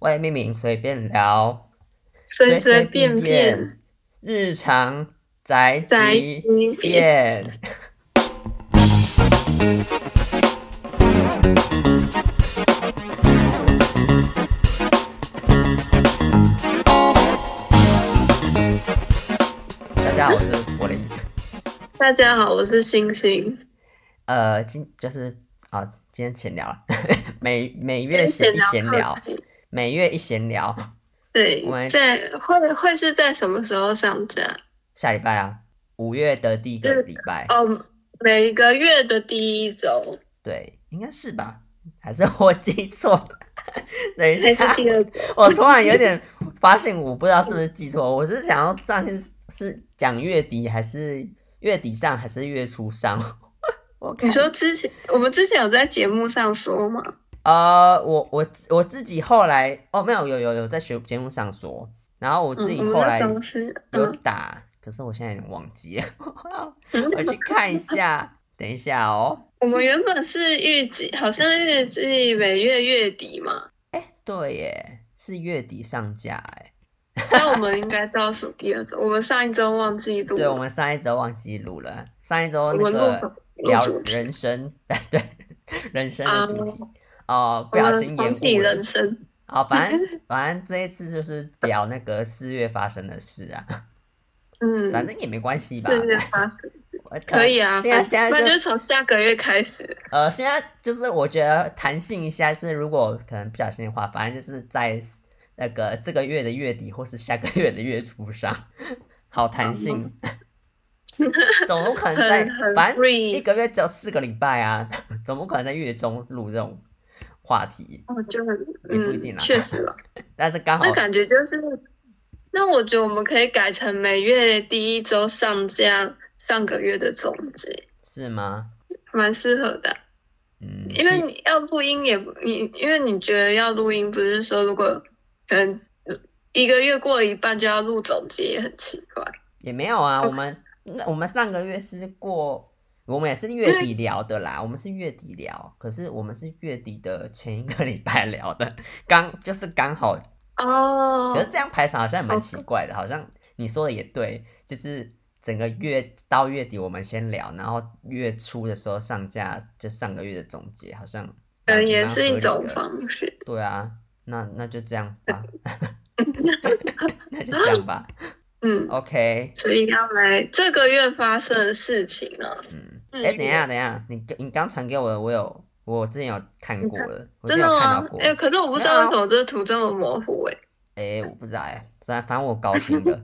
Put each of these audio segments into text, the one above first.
外命名随便聊，随随便便日常宅宅急急便。便。大家好，我是柏林。大家好，我是星星。呃，今就是啊、今天闲聊了， 每每月一闲聊闲聊好，奇，每月一闲聊，我们对，在会会是在什么时候上架？下礼拜啊，五月的第一个礼拜，哦，每个月的第一 周对，应该是吧？还是 我记错了？等一还下是，第二周？我突然有点发现，我不知道是不是记错，我是想要上线是是讲月底还是月底上还是月初上？我看你说之前我们之前有在节目上说吗？呃，我我我自己后来哦，没有有有有在学节目上说，然后我自己嗯，我后们来那公司，有嗯，打，可是我现在有点忘记了， 我嗯去看一下，等一下哦。 我们原本是预计，好像预计每月月底嘛，对耶，是月底上架哎。但我们应该倒数第二周。我们上一周忘记录了， 对，我们上一周忘记录了，上一周我那们个录录聊主题，人生， 对，人生的主题哦，不我小们心嗯重启延误了人。生。 哦，反正反正这一次就是聊那个四月发生的事啊，嗯，反正也没关系吧。四月发生我啊可以啊，哦现在反现在反就正就从下个月开始。呃，现在就是我觉得弹性一下是，如果可能不小心的话，反正就是在那个这个月的月底或是下个月的月初上，好弹性。 总不可能在很很反正 free 一个月只有四个礼拜啊， 总不可能在月中录这种话题。哦，就很也不一定啦哦嗯，确实了，但是刚好那感觉就是，那我觉得我们可以改成每月第一周上架上个月的总结，是吗？蛮适合的。嗯，因为是你要录音也不你，因为你觉得要录音，不是说如果可能一个月过一半就要录总结，也很奇怪。也没有啊， OK 我们那我们上个月是过，我们也是嗯月底聊的啦，我们是月底聊，可是我们是月底的前一个礼拜聊的，刚就是刚好，哦可是这样排场好像也蛮奇怪的，好像你说的也对，就是整个月到月底我们先聊，然后月初的时候上架，就上个月的总结，好像可能蛮嗯也是一种，蛮合理方式的。对啊，那那就这样 吧， 那就这样吧嗯， ，OK。所以要来这个月发生的事情啊，嗯，嗯哎、等一下，等一下，你你刚传给我的，我有，我之前有看过了，我之真前的有看吗到？过。哎、哎、可是我不知道为什么这个图这么模糊哎、我不知道哎、反反正我高清 的，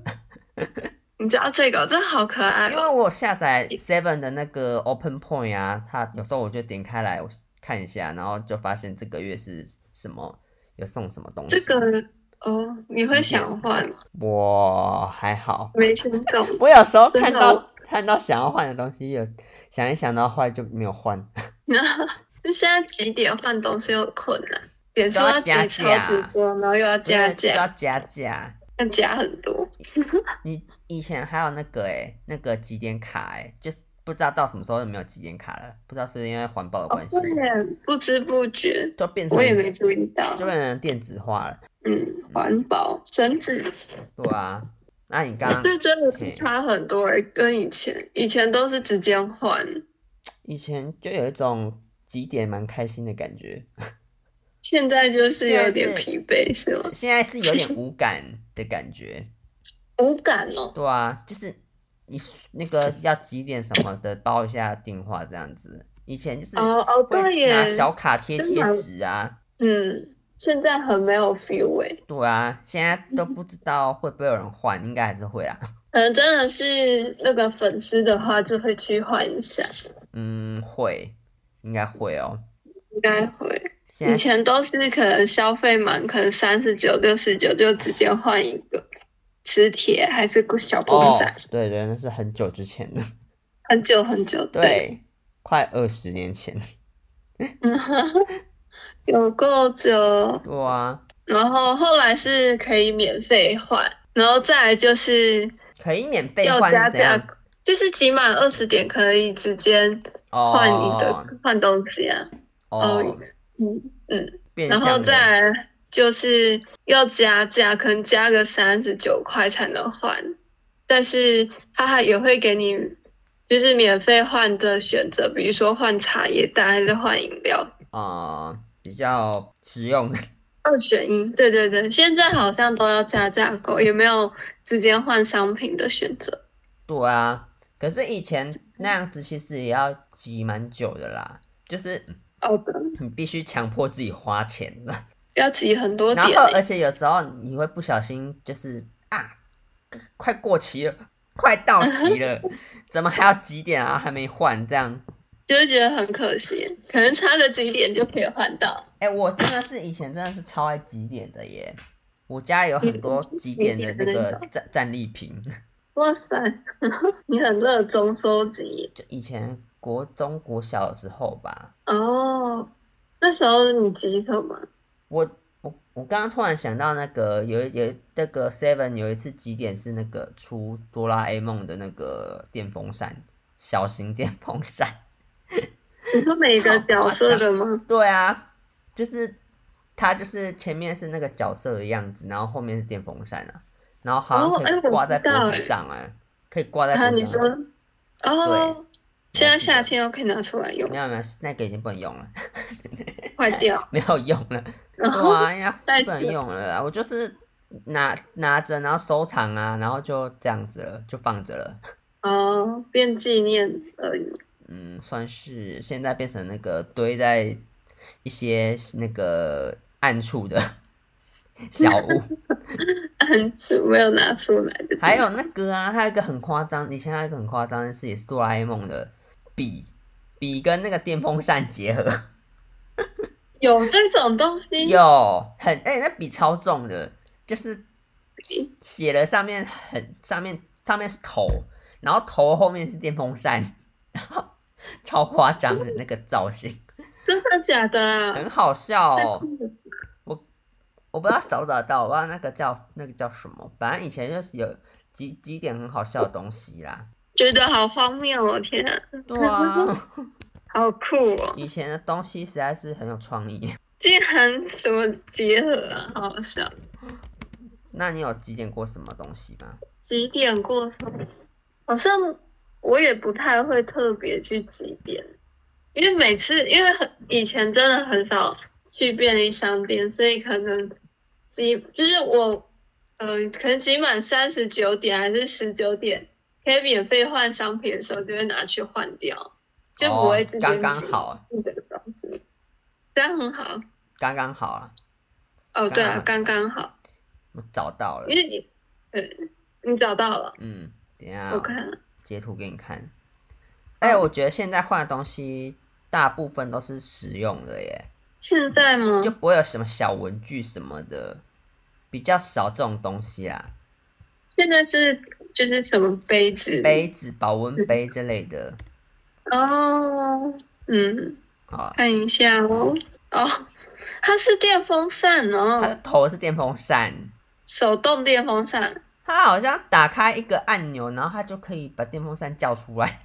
你知道这个，这好可爱因哦、为我下载 Seven 的那个 Open Point 啊，它有时候我就点开来我看一下，然后就发现这个月是什么有送什么东西。这个哦，你会想换吗？我还好，没心动。我有时候真的看到我看到想要换的东西，有想一想，然后后来就没有换。 那现在几点换东西有困难，点数都要要集加超价级多，然后又 要加真的要价，加价。要加很多。你以前还有那个哎、那个几点卡哎、就是不知道到什么时候就没有几点卡了，不知道是不是因为环保的哦关，系，对耶，不知不觉，就变成我也没注意到。就变成电子化了，嗯，环保绳子，对啊。那你刚这真可以的差很多耶，跟以前，以前都是直接换，以前就有一种几点蛮开心的感觉，现在就是有现点在是疲惫，是吗？现在是有点无感的感觉，无感哦，对啊，就是你那个要几点什么的报一下电话这样子，以前就是哦哦，对会拿耶，小卡贴真贴蛮纸啊，嗯，现在很没有 feel 哎。对啊，现在都不知道会不会有人换，应该还是会啦。啊可能真的是那个粉丝的话，就会去换一下，嗯，会，应该会哦。应该会。现以在前都是可能消费满，可能三十九、六十九就直接换一个磁铁还是个小公哦仔，，对对，那是很久之前 的，很久很久。对，对，快二十年前。嗯，有够久。对啊，然后后来是可以免费换，然后再来就是可以免费要换加是怎价样？格，就是集满二十点可以直接换你的、哦换东西啊。哦嗯嗯，变然后相的再来就是要加价，可能加个三十九块才能换，但是它还也会给你就是免费换的选择，比如说换茶叶蛋还是换饮料，啊、比较实用的。二选一。对对对，现在好像都要加价购，也没有直接换商品的选择。对啊，可是以前那样子其实也要挤蛮久的啦，就是哦，你必须强迫自己花钱的。要挤很多然点后，欸，而且有时候你会不小心就是啊，快过期了，快到期 了，怎么还要几点啊？还没换这样？就会觉得很可惜，可能差个几点就可以换到。哎、我真的是以前真的是超爱几点的耶！我家里有很多几点的那个战战利品，哇塞， 你很热衷收集耶就以前国中国小的时候吧，哦。那时候你集什么？我我我刚刚突然想到那个有一有那个 Seven 有一次几点是那个出哆啦 A 梦的那个电风扇，小型电风扇。你说 每个角色的吗？对啊，就是它就是前面是那个角色的样子，然后后面是电风扇啊，然后好哦像可哎以我知挂在脖道子哎上啊，可以挂在脖啊，你子上说啊。哦，现在夏天又可以拿出来用没，有没有，那个已经不能用了， 坏掉。没有用 了。对然后啊，人家再不能见用了啦。我就是拿拿着，然后收藏啊，然后就这样子了，就放着了。哦，变纪念而已。嗯，算是现在变成那个堆在一些那个暗处的 小物。 很久没有拿出来的。还有那个啊，还有一个很夸张，以前还有一个很夸张的事，也是哆啦 A 梦的笔，笔跟那个电风扇结合，有这种东嗯西？ 有很哎、那笔超重的，就是写了上面很上面上面是头，然后头后面是电风扇， 然后超夸张的那个造型，真的假的啊？很好笑哦。嗯我不知道找不找得到，我不知道那个叫那个叫什么，反正以前就是有几几点很好笑的东西啦。觉得好荒谬哦！天啊，对啊。好酷哦！以前的东西实在是很有创意。竟然怎么结合啊？好好笑。那你有几点过什么东西吗？几点过什么？好像我也不太会特别去几点，因为每次因为很以前真的很少去便利商店，所以可能集就是我嗯、呃可能集满三十九点还是十九点可以免费换商品的时候，就会拿去换掉，就不会直接哦刚刚集好，这个东西，这样很好。刚刚好啊，哦，对啊，刚刚刚好，我找到了因。为你对你找到了，嗯，等一下我看嗯了截图给你看。哎、我觉得现在换的东西大部分都是实用的耶，现在吗？就不会有什么小文具什么的，比较少这种东西啦。现在是就是什么杯子？杯子、保温杯之类的，哦，嗯，好啊，看一下哦，哦，它是电风扇它的哦，头是电风扇，手动电风扇，它好像打开一个按钮，然后它就可以把电风扇叫出来。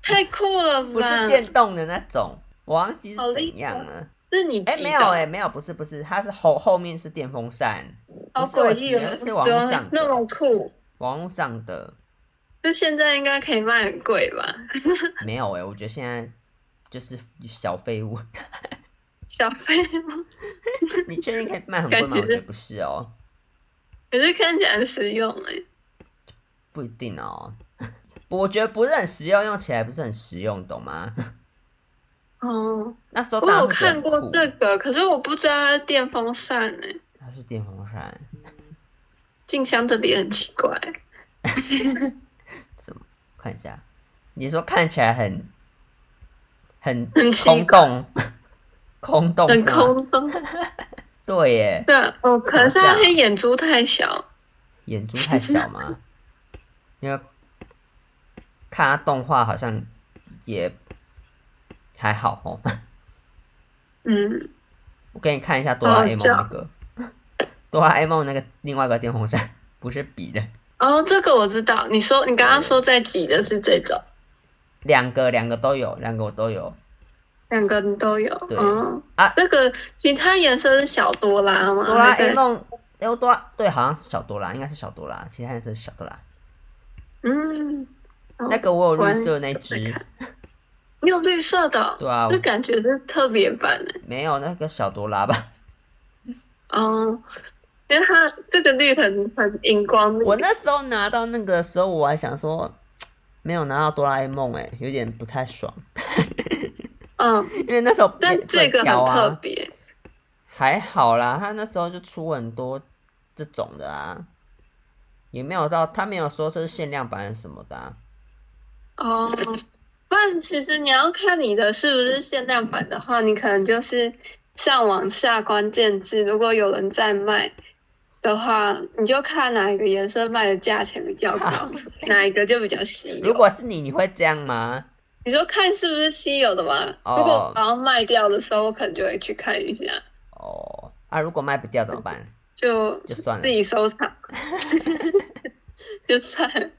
太酷了不是吧！电动的那种，我忘记是好厉怎样了。这你哎、记没得有哎、没有，不是不是，它是后后面是电风扇，好不是我诡记异得哦，那是网怎络么上那的，么酷？网络上的就现在应该可以卖很贵吧？没有哎、我觉得现在就是小废物。 小费吗？你确定可以卖很贵吗？感觉我觉得不是哦，可是看起来很实用哎，不一定哦。我觉得不是很实用，用起来不是很实用，懂吗？ 哦，那时候我大家有会觉得看很过酷这个，可是我不知道它是电风扇哎，它是电风扇，静香的脸很奇怪，看一下，你说看起来很很很奇空洞， 空洞很是吗，空洞。对耶，对，哦，可能是怎么他讲黑眼珠太小，眼珠太 小吗？因为看他动画好像也还好哦。 嗯，我给你看一下哆啦 A 梦好那好个， 哆啦 A 梦那个另外一个电风扇不是 笔的，哦，这个我知道，你说你刚刚说在挤的是这种，两个两个都有，两个我都有。两个都有。对嗯啊那个吉他颜色是小哆啦吗？哆啦哦还是 A 梦，哎，哆啦对，好像是小哆啦，应该是小哆啦，其他颜色是小哆啦。嗯，那个我有我绿还色那没只，你有绿色的哦，对啊，这我感觉是特别欸版的。没有那个小哆啦吧？ 嗯，因为它这个绿很很荧光绿。我那时候拿到那个的时候，我还想说，没有拿到哆啦 A 梦，哎，有点不太爽，嗯，因为那时候但也不这能个挑很特啊，别。还好啦，他那时候就出很多这种的啊，也没有到他没有说这是限量版什么的、啊，哦，不然其实你要看你的是不是限量版的话，你可能就是上网下关键字，如果有人在卖的话，你就看哪一个颜色卖的价钱比较高，哪一个就比较稀如有。果是你，你会这样吗？你说看是不是稀有的嘛？哦如果我要卖掉的时候，我可能就会去看一下，哦，啊，如果卖不掉怎么办？就就算了自己收藏， 就算了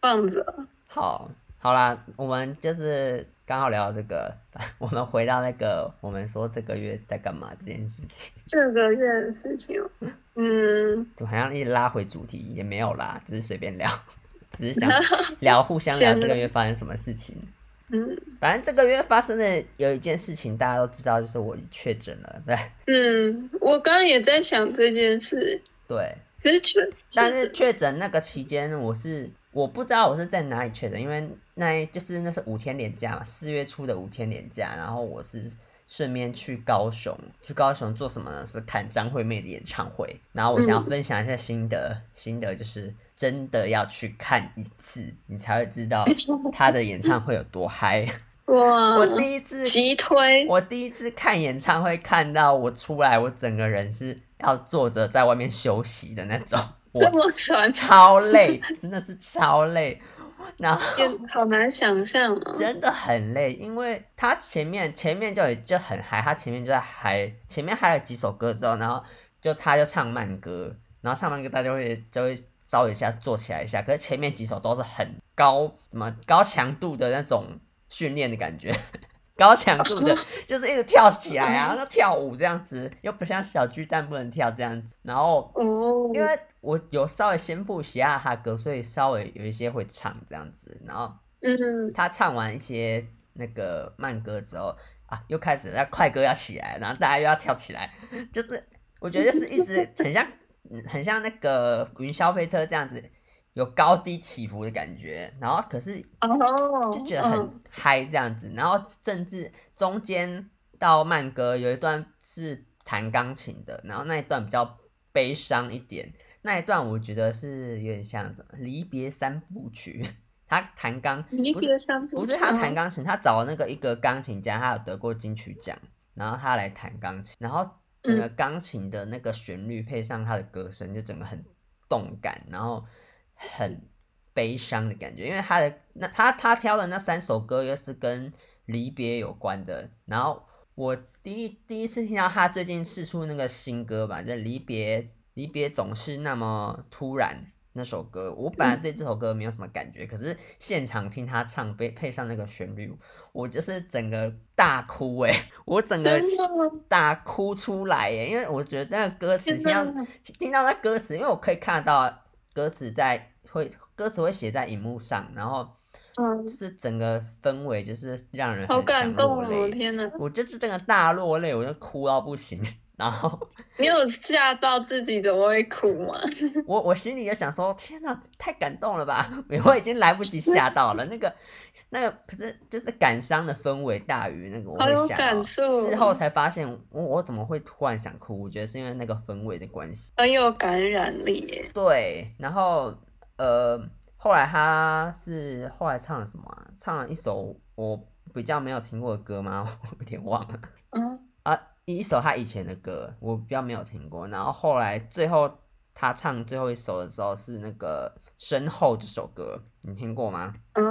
放着。好，好啦，我们就是刚好聊到这个， 我们回到那个我们说这个月在干嘛这件事情，这个月的事情，嗯，怎么好像一直拉回主题也没有啦，只是随便聊，只 是想聊互相聊闲这个聊月发生什么事情。嗯反正这个月发生的有一件事情大家都知道，就是我确诊了， 对嗯，我刚刚也在想这件事，对。可是确，但是确诊那个期间，我是我不知道我是在哪里确诊，因为那一就是那是五天连假嘛，四月初的五天连假，然后我是顺便去高雄，去高雄做什么呢？是看张惠妹的演唱会。然后我想要分享一下心得，心得就是真的要去看一次，你才会知道她的演唱会有多嗨。哇 我，第一次啊急推，我第一次看演唱会，看到我出来，我整个人是要坐着在外面休息的那种。我这么传，超累，真的是超累，然后也好难想象哦。真的很累，因为他前面前面就有就很嗨，他前面就在嗨，前面嗨了几首歌之后，然后就他就唱慢歌，然后唱慢歌大家会就会稍微一下坐起来一下，可是前面几首都是很高什么高强度的那种训练的感觉。高强度的，就是一直跳起来啊，那跳舞这样子，又不像小巨蛋不能跳这样子，然后哦，因为我有稍微先复习一下他歌，所以稍微有一些会唱这样子。然后嗯，他唱完一些那个慢歌之后啊，又开始那快歌要起来，然后大家又要跳起来， 就是我觉得就是一直很像很像那个云霄飞车这样子，有高低起伏的感觉。然后可是哦，就觉得很嗯嗨这样子。然后甚至中间到慢歌有一段是弹钢琴的，然后那一段比较悲伤一点。那一段我觉得是有点像离别三部曲， 他弹钢离不是别三部不曲，是他弹嗯钢琴，他找那个一个钢琴家，他有得过金曲奖，然后他来弹钢琴，然后整个钢琴的那个旋律配上他的歌声，就整个很动感，然后很悲伤的感觉。因为他的那他他挑的那三首歌又是跟离别有关的，然后我第一第一次听到他最近试出那个新歌吧，就是离别离别总是那么突然那首歌，我本嗯来对这首歌没有什么感觉，可是现场听他唱配配上那个旋律，我就是整个大哭诶、我整个真的吗大哭出来诶、因为我觉得那个歌词天听到哪听到那歌词，因为我可以看得到歌词在会歌词会写在荧幕上，然后嗯就，是整个氛围就是让人好很感想动落哦！泪天哪，我就是这个大落泪，我就哭到不行。 然后你有吓到自己怎么会哭吗？我我心里就想说，天哪，太感动了吧！我已经来不及吓到了，那个那个不是就是感伤的氛围大于那个我好会有吓感到。触哦事后才发现我我怎么会突然想哭？我觉得是因为那个氛围的关系。很有感染力耶。对，然后呃，后来他是后来唱了什么啊？唱了一首我比较没有听过的歌吗？ 我有点忘了。嗯，啊，一首他以前的歌，我比较没有听过。然后后来最后他唱最后一首的时候是那个《身后》这首歌，你听过吗？哦，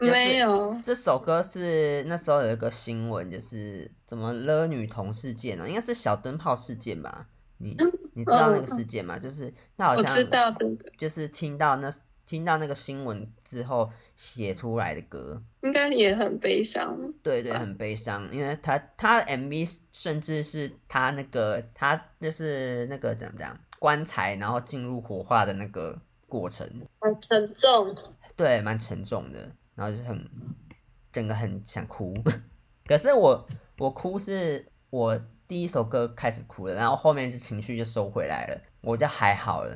就是没有，这首歌是那时候有一个新闻，就是怎么了女童事件啊呢、应该是小灯泡事件嗯吧？你你知道那个事件吗？就是那好我像知道这个。就是听到那听到那个新闻之后写出来的歌，应该也很悲伤。对对，很悲伤，因为他他的 MV 甚至是他那个他就是那个怎么讲棺材，然后进入火化的那个过程，很沉重。对，蛮沉重的，然后就是很整个很想哭， 可是我我哭是我第一首歌开始哭的，然后后面就情绪就收回来了，我就还好了。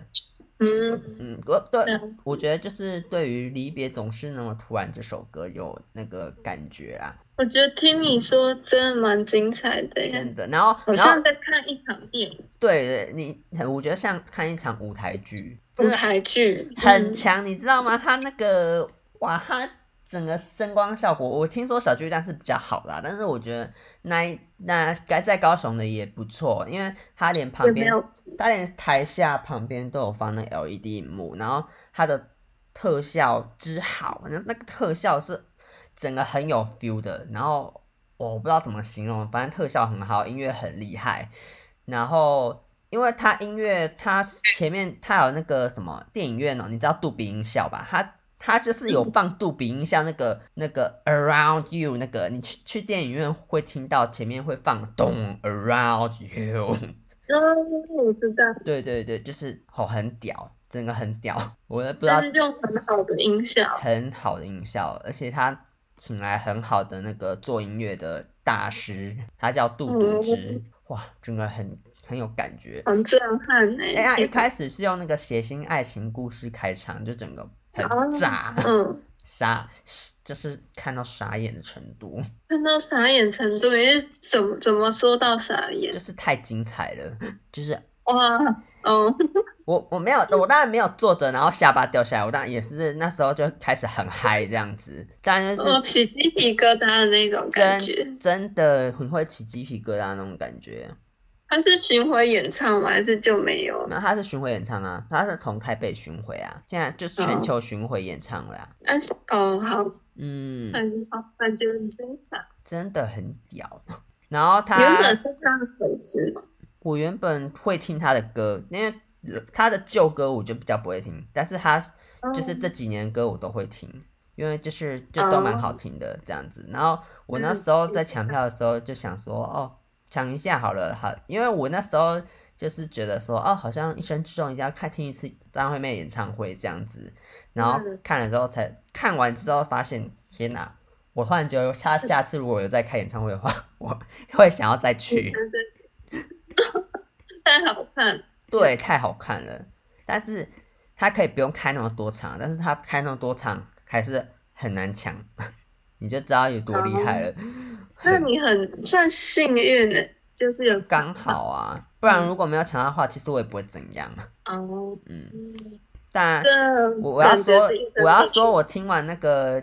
嗯，嗯，我对对啊我觉得就是对于离别总是那么突然这首歌有那个感觉啊，我觉得听你说真的蛮精彩的耶，真的。然后好然后像在看一场电影、对对，你我觉得像看一场舞台剧，舞台剧。很嗯强，你知道吗？他那个哇，他整个声光效果，我听说小巨蛋是比较好啦，但是我觉得那一那该在高雄的也不错，因为他连旁有没边有？他连台下旁边都有放那 LED 荧幕，然后它的特效之好，那那个特效是整个很有 feel 的，然后我不知道怎么形容，反正特效很好，音乐很厉害，然后因为它音乐它前面它有那个什么电影院哦，你知道杜比音效吧？它它就是有放杜比音效那个那个 Around You 那个，你去去电影院会听到前面会放咚 Around You。嗯，我知道，对对对，就是哦，很屌，真的很屌，我也不知道但是用很好的音效。很好的音效，而且他请来很好的那个做音乐的大师，他叫杜笃之，嗯哇，整个很很有感觉。很震撼呢、哎呀，一开始是用那个血腥爱情故事开场，就整个啊很炸，嗯，傻，就是看到傻眼的程度，看到傻眼程度，你是怎么怎么说到傻眼就？是太精彩了，就是哇，哦，我我没有，我当然没有坐着，然后下巴掉下来，我当然也是那时候就开始很嗨这样子，当然我是哦起鸡皮疙瘩的那种感觉。真真的很会起鸡皮疙瘩那种感觉。他是巡回演唱吗？还是就没有？那他是巡回演唱啊，他是从台北巡回啊，现在就是全嗯球巡回演唱了、啊。但是哦，好，嗯，很好，感觉很精彩。真的很屌。 然后他原本是他的粉丝嘛，我原本会听他的歌，因为他的旧歌我就比较不会听，但是他就是这几年歌我都会听，因为就是就都蛮好听的这样子。然后我那时候在抢票的时候就想说，哦，抢一下好了，好，因为我那时候就是觉得说，哦，好像一生之中一定要看听一次张惠妹演唱会这样子。然后嗯看了之后才看完之后发现，天哪！我突然觉得，他下次如果有在开演唱会的话，我 会想要再去。对 对，太好看。对，太好看了。但是他可以不用开那么多场，但是他开那么多场还是很难抢， 你就知道有多厉害了。哦那很你很算幸运呢、就是有刚好啊，不嗯然如果没有抢到的话，其实我也不会怎样。啊哦，嗯，嗯但这我我要说感觉是一生，我要必说，我听完那个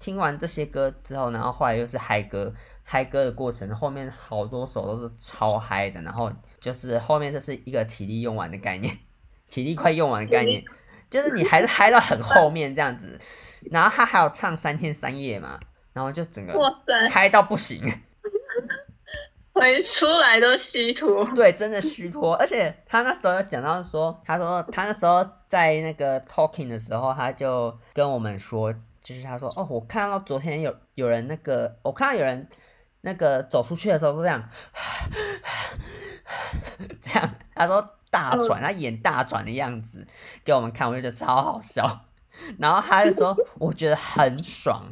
听完这些歌之后，然后后来又是嗨歌，嗨歌的过程后面好多首都是超嗨的，然后就是后面这是一个体力用完的概念， 体力快用完的概念，就是你还是嗨到很后面这样子，然后他还有唱三天三夜嘛，然后就整须个哇塞，嗨到不行。回出来都虚脱。 对，真的虚脱。而且他那时候讲到说，他说他那时候在那个 talking 的时候，他就跟我们说，就是他说哦，我看到昨天有有人那个，我看到有人那个走出去的时候都这样， 这样，他说大喘，他演大喘的样子给我们看，我就觉得超好笑。然后他就说，我觉得很爽。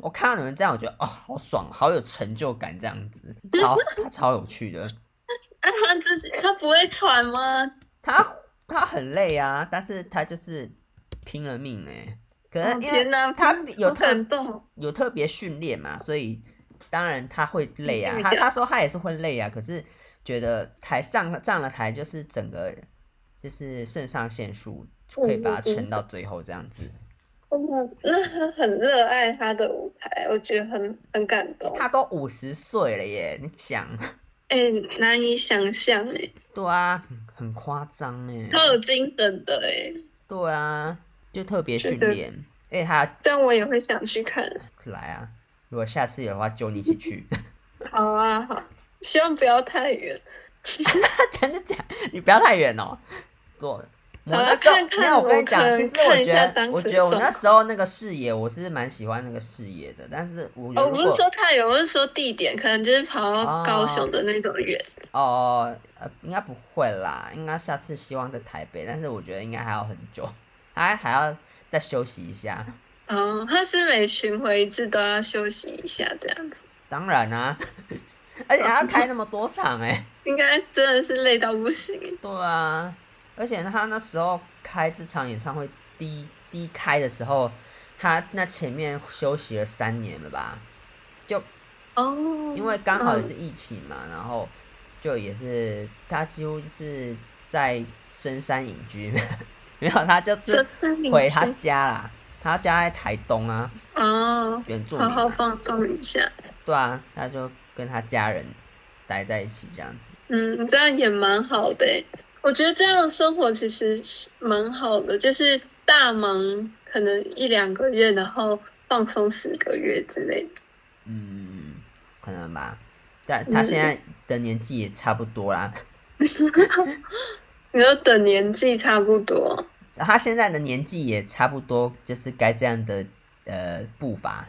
我看到你们这样，我觉得哦，好爽，好有成就感，这样子，好，他超有趣的。那、他自己他不会喘吗？他他很累啊，但是他就是拼了命哎、可哦能因天为哪，他有好特感动。有特别训练嘛，所以当然他会累啊。嗯他对他说他也是会累啊，可是觉得台上上了台就是整个就是肾上腺素就可以哦把它撑到最后这样子。真的，那他很热爱他的舞台，我觉得很很感动，他都五十岁了耶，你想？哎、难以想象哎、对啊，很很夸张哎。超有精神的哎、对啊，就特别训觉得练。哎，他这样我也会想去看。来啊！如果下次有的话，揪你一起去。好啊，好，希望不要太远。 真的假的你不要太远哦。对，我那时候呃看看没有，我跟你我讲，可能其实我看一觉下得，当我时觉得我状那时候那个视野，我是蛮喜欢那个视野的。但是我哦，如我不果是说太远，我是说地点，可能就是跑啊到高雄的那种远。哦，呃，应该不会啦，应该下次希望在台北，但是我觉得应该还要很久，还还要再休息一下。哦，他是每巡回一次都要休息一下，这样子，当然啊， 而且还要开那么多场哎、应该真的是累到不行。欸对啊，而且他那时候开这场演唱会第一第一开的时候，他那前面休息了三年了吧？就哦，因为刚好也嗯是疫情嘛，然后就也是他几乎是在深山隐居，没有他就是深山隐回他居家啦，他家在台东啊，哦，原住民好好嘛，放松一下。对啊，他就跟他家人待在一起这样子，嗯，这样也蛮好的欸。我觉得这样的生活其实是蛮好的，就是大忙可能一两个月，然后放松十个月之类的。嗯，可能吧，但他现在的年纪也差不多啦，你说等年纪差不多，他现在的年纪也差不多，就是该这样的呃步伐。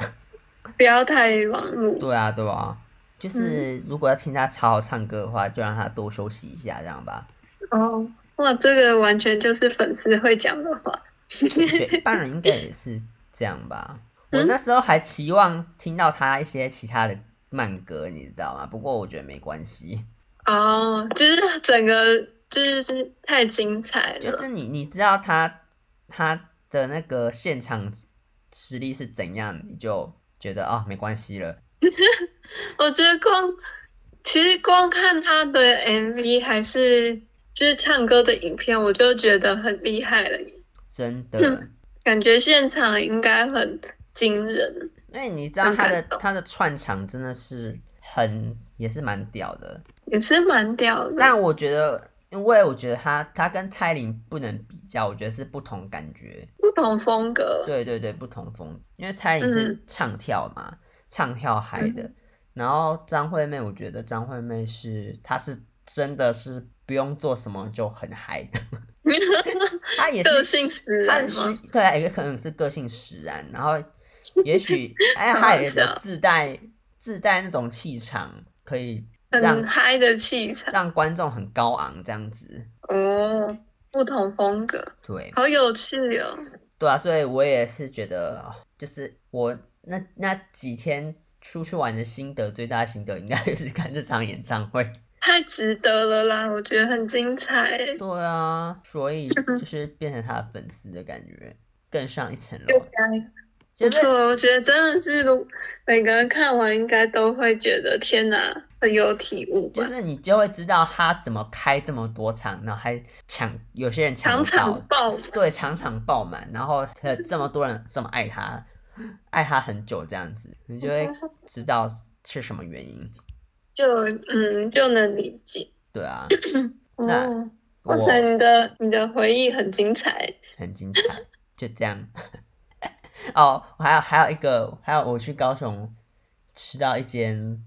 不要太忙碌。对啊，对啊，就是如果要听他好好唱歌的话，就让他多休息一下，这样吧。哦，哇，这个完全就是粉丝会讲的话。我觉得一般人应该也是这样吧。我嗯那时候还期望听到他一些其他的慢歌，你知道吗？不过我觉得没关系，哦，就是整个就是太精彩了。就是你你知道他他的那个现场实力是怎样，你就觉得哦没关系了。我觉得光其实光看他的 MV 还是就是唱歌的影片，我就觉得很厉害了，真的，嗯感觉现场应该很惊人。因为你知道很他感的动他的串场真的是很也是蛮屌的。也是蛮屌的，但我觉得，因为我觉得他他跟蔡琳不能比较，我觉得是不同感觉。不同风格，对对对，不同风，因为蔡琳是嗯唱跳嘛，唱跳嗨的。然后张惠妹，我觉得张惠妹是她是真的是不用做什么就很嗨， 她也个是性使他然很虚吗？，对，也可能是个性使然，然后也 许哎，好他也笑有自带自带那种气场，可以让很嗨的气场让观众很高昂这样子。哦，不同风格，对，好有趣哦。对啊，所以我也是觉得，哦就是我那那几天出去玩的心得，最大的心得应该 就是看这场演唱会。太值得了啦！我觉得很精彩，对啊，所以就是变成他的粉丝的感觉，更上一层又楼。加一就不是错，我觉得真的是，如每个人看完应该都会觉得天哪，很有体悟就吧。是你就会知道他怎么开这么多场，然后还抢有些人抢场不到场，爆，对，场场爆满，然后呃这么多人这么爱他，爱他很久这样子，你就 会知道是什么原因。就嗯就能理解。对啊，那哦，我哇塞，你的你的回忆很精彩。很精彩，就这样。 哦，我还有还有一个，还有我去高雄吃到一间，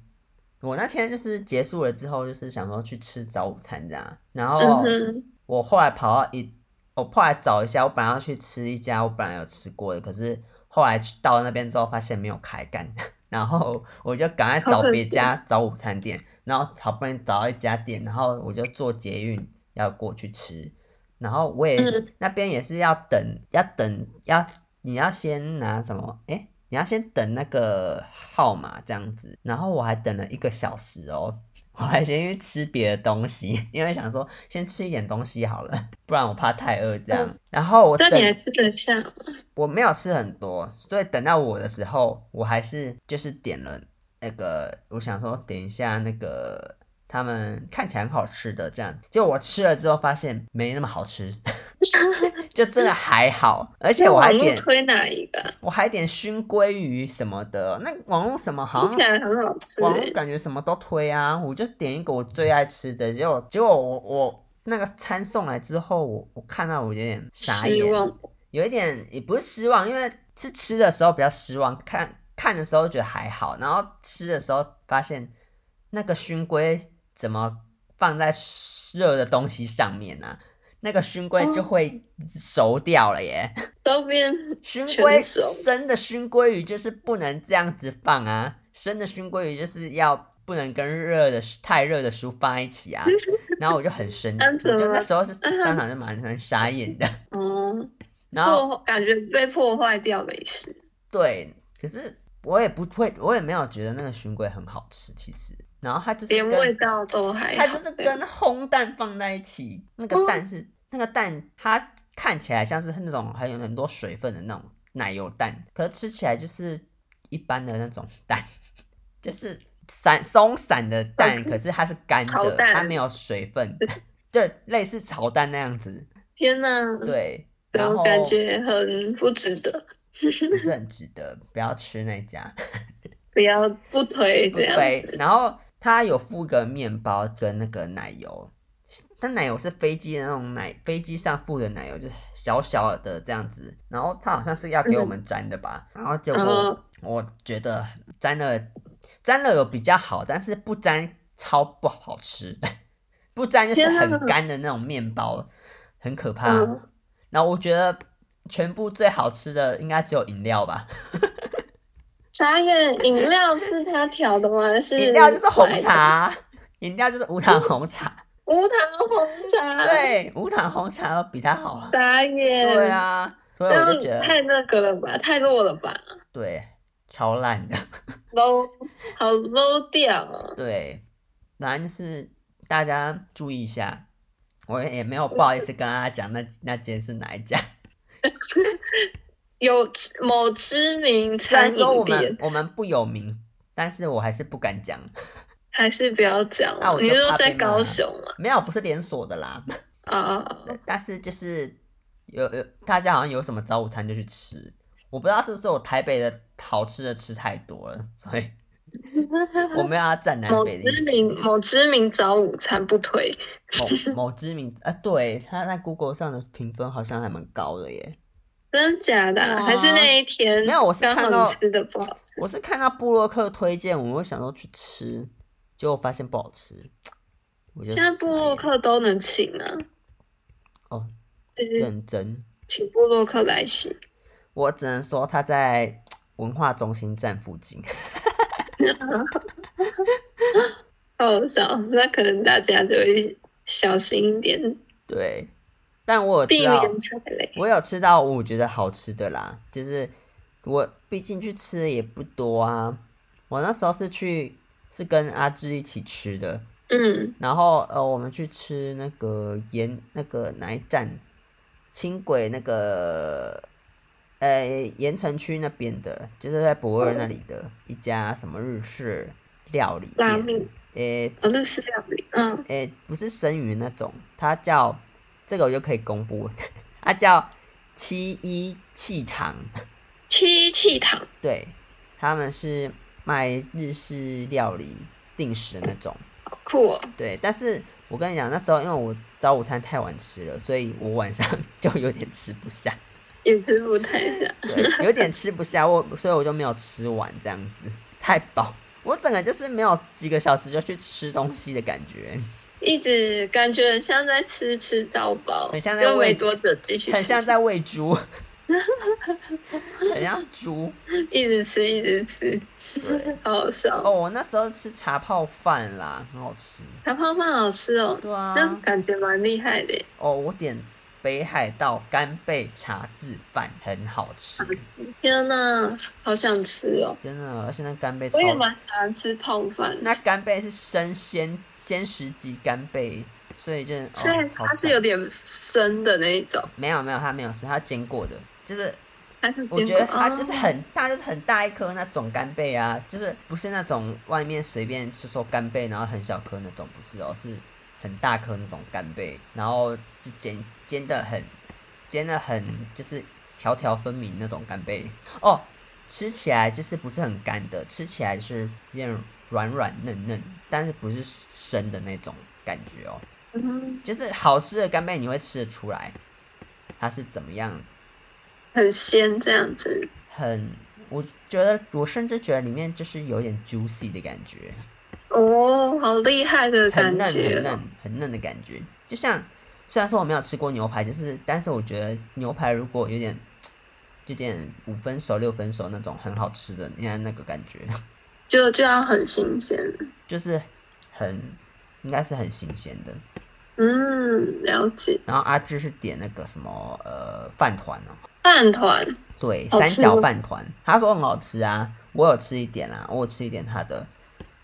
我那天就是结束了之后，就是想说去吃早午餐这样，然后。嗯哼，我后来跑到一，我后来找一下，我本来要去吃一家我本来有吃过的，可是后来去到那边之后发现没有开干， 然后我就赶快找别家找午餐店，然后好不容易找到一家店，然后我就坐捷运要过去吃，然后我也、嗯那边也是要等，要等要你要先拿什么？诶、你要先等那个号码这样子，然后我还等了一个小时哦， 我还先去吃别的东西，因为想说先吃一点东西好了， 不然我怕太饿这样。然后我那等你还吃得下吗？我没有吃很多，所以等到我的时候，我还是就是点了那个，我想说点一下那个他们看起来很好吃的这样，结果我吃了之后发现没那么好吃， 就真的还好，而且我还网 络点推哪一个啊？我还点熏鲑鱼什么的，那网络什么好听起像来很好吃网欸络感觉什么都推啊，我就点一个我最爱吃的，结果结果我我那个餐送来之后，我我看到我有点傻失眼，望。有一点也不是失望，因为是吃的时候比较失望，看看的时候觉得还好，然后吃的时候发现那个熏龟怎么放在热的东西上面呢、啊？那个熏龟哦就会熟掉了耶。周边熏全龟熟生的熏龟鱼就是不能这样子放啊，生的熏龟鱼就是要不能跟热的太热的书放在一起啊。然后我就很生气， 那嗯怎我就么那时候就是当场就蛮蛮傻眼 的。哦，然后破感觉被破坏掉美食，对，可是我也不会，我也没有觉得那个熏龟很好吃，其实。然后它就是连跟味道都还它好就是。哎对嗯跟烘蛋放在一起，那个蛋是、那个蛋，它看起来像是那种很有很多水分的那种奶油蛋，可是吃起来就是一般的那种蛋， 就是散松散的蛋，可是它是干嗯炒的，蛋它没有水分， 对，类似炒蛋那样子，天哪，对，然我后嗯感觉 很不值得，不是很值得，不要吃那家。不要不推这样。对，然后它有附个面包跟那个奶油，但奶油是飞机的那种奶，飞机上附的奶油就是小小的这样子，然后它好像是要给我们沾的吧，然后结果、嗯哦我觉得沾了沾了有比较好，但是不沾超不好吃， 不沾就是天很哪干的那种面包，很可怕。嗯然后我觉得全部最好吃的应该只有饮料吧。傻眼，饮料是他调的吗？还是饮料就是红买的茶，饮料就是无糖红茶。无糖红茶。， 对，无糖红茶都比它好。傻眼。对，啊，所以我就觉得太那个了吧，太弱了吧对，超烂的。 ，low，好 low 掉哦。对，反正就是大家注意一下。我也没有不好意思跟大家讲那那间是哪一家，有知某知 名虽然餐说我饮们店，我们不有名，但是我还是不敢讲。还是不要讲了。那我就你是说怕被在骂高雄吗？没有，不是连锁的啦，啊啊啊！啊对但是就是有有大家好像有什么早午餐就去吃，我不知道是不是我台北的好吃的吃太多了，所 以我没有要站南某北的意知思。名某知名早午餐不推， 某某知名啊，对，他在 Google 上的评分好像还蛮高的耶。真假的哇啊？还是那一天哦没有我是刚看到好你吃的不好吃，我是看到布洛克推荐，我会想说去吃，结果发现不好吃。我就现在布洛傻眼克都能请啊。哦，就是认真，请布洛克来洗。我只能说他在文化中心站附近。 好笑，那可能大家就会小心一点，对，但我有知避道免踩雷。我有吃到我觉得好吃的啦，就是我毕竟去吃的也不多啊。我那时候是去是跟阿志一起吃的，嗯，然后呃我们去吃那个沿那个哪一站轻轨那个呃盐城区那边的，就是在博尔那里的一家什么日式料理拉店面，诶哦，那是料理，嗯，诶、不是生鱼那种，它叫这个我就可以公布， 它叫七一气堂，七气糖，对，他们是卖日式料理定时的那种，好酷哦，对，但是我跟你讲，那时候因为我早午餐太晚吃了，所以我晚上 就有点吃不下， 也吃不太下，对，有点吃不下，我所以我就没有吃完这样子，太饱，我整个就是没有几个小时就去吃东西的感觉。一直感觉很像在吃吃到饱，很像在又喂没多久继续吃，很像在喂猪，很像猪。一直吃一直吃， 对，好好笑。哦，我那时候吃茶泡饭啦，很好吃。小泡泡好吃哦，对啊，那感觉蛮厉害的耶，哦，我点北海道干贝茶渍饭，很好吃，天呐，好想吃哦，真的。而且那干贝超我，也蛮喜欢吃泡饭，那干贝是生鲜鲜食级干贝，所以真的虽哦然，超它是赞有点生的那一种，没有没有，它没有吃，它煎过的，就是还是我煎觉得过它就是哦很大，就是很大一颗那种干贝啊，就是不是那种外面随便就说干贝，然后很小颗那种，不是哦，是很大颗那种干贝，然后就煎煎的很煎的很就是条条分明那种干贝哦，吃起来就是不是很干的，吃起来就是有点软软嫩嫩，但是不是生的那种感觉哦，嗯就是好吃的干贝你会吃得出来它是怎么样很鲜这样子，很，我觉得我甚至觉得里面就是有点 juicy 的感觉，哦，好厉害的很感嫩觉很哦，嫩很嫩的感觉，就像虽然说我没有吃过牛排，就是但是我觉得牛排如果有点有点五分熟六分熟那种很好吃的，你看那个感觉就就要很新鲜。就是很应该是很新鲜的。嗯，了解。然后阿志是点那个什么呃饭团哦，饭团对，好三吃角吗饭团，他说很好吃啊，我有吃一点啦、我有吃一点他的，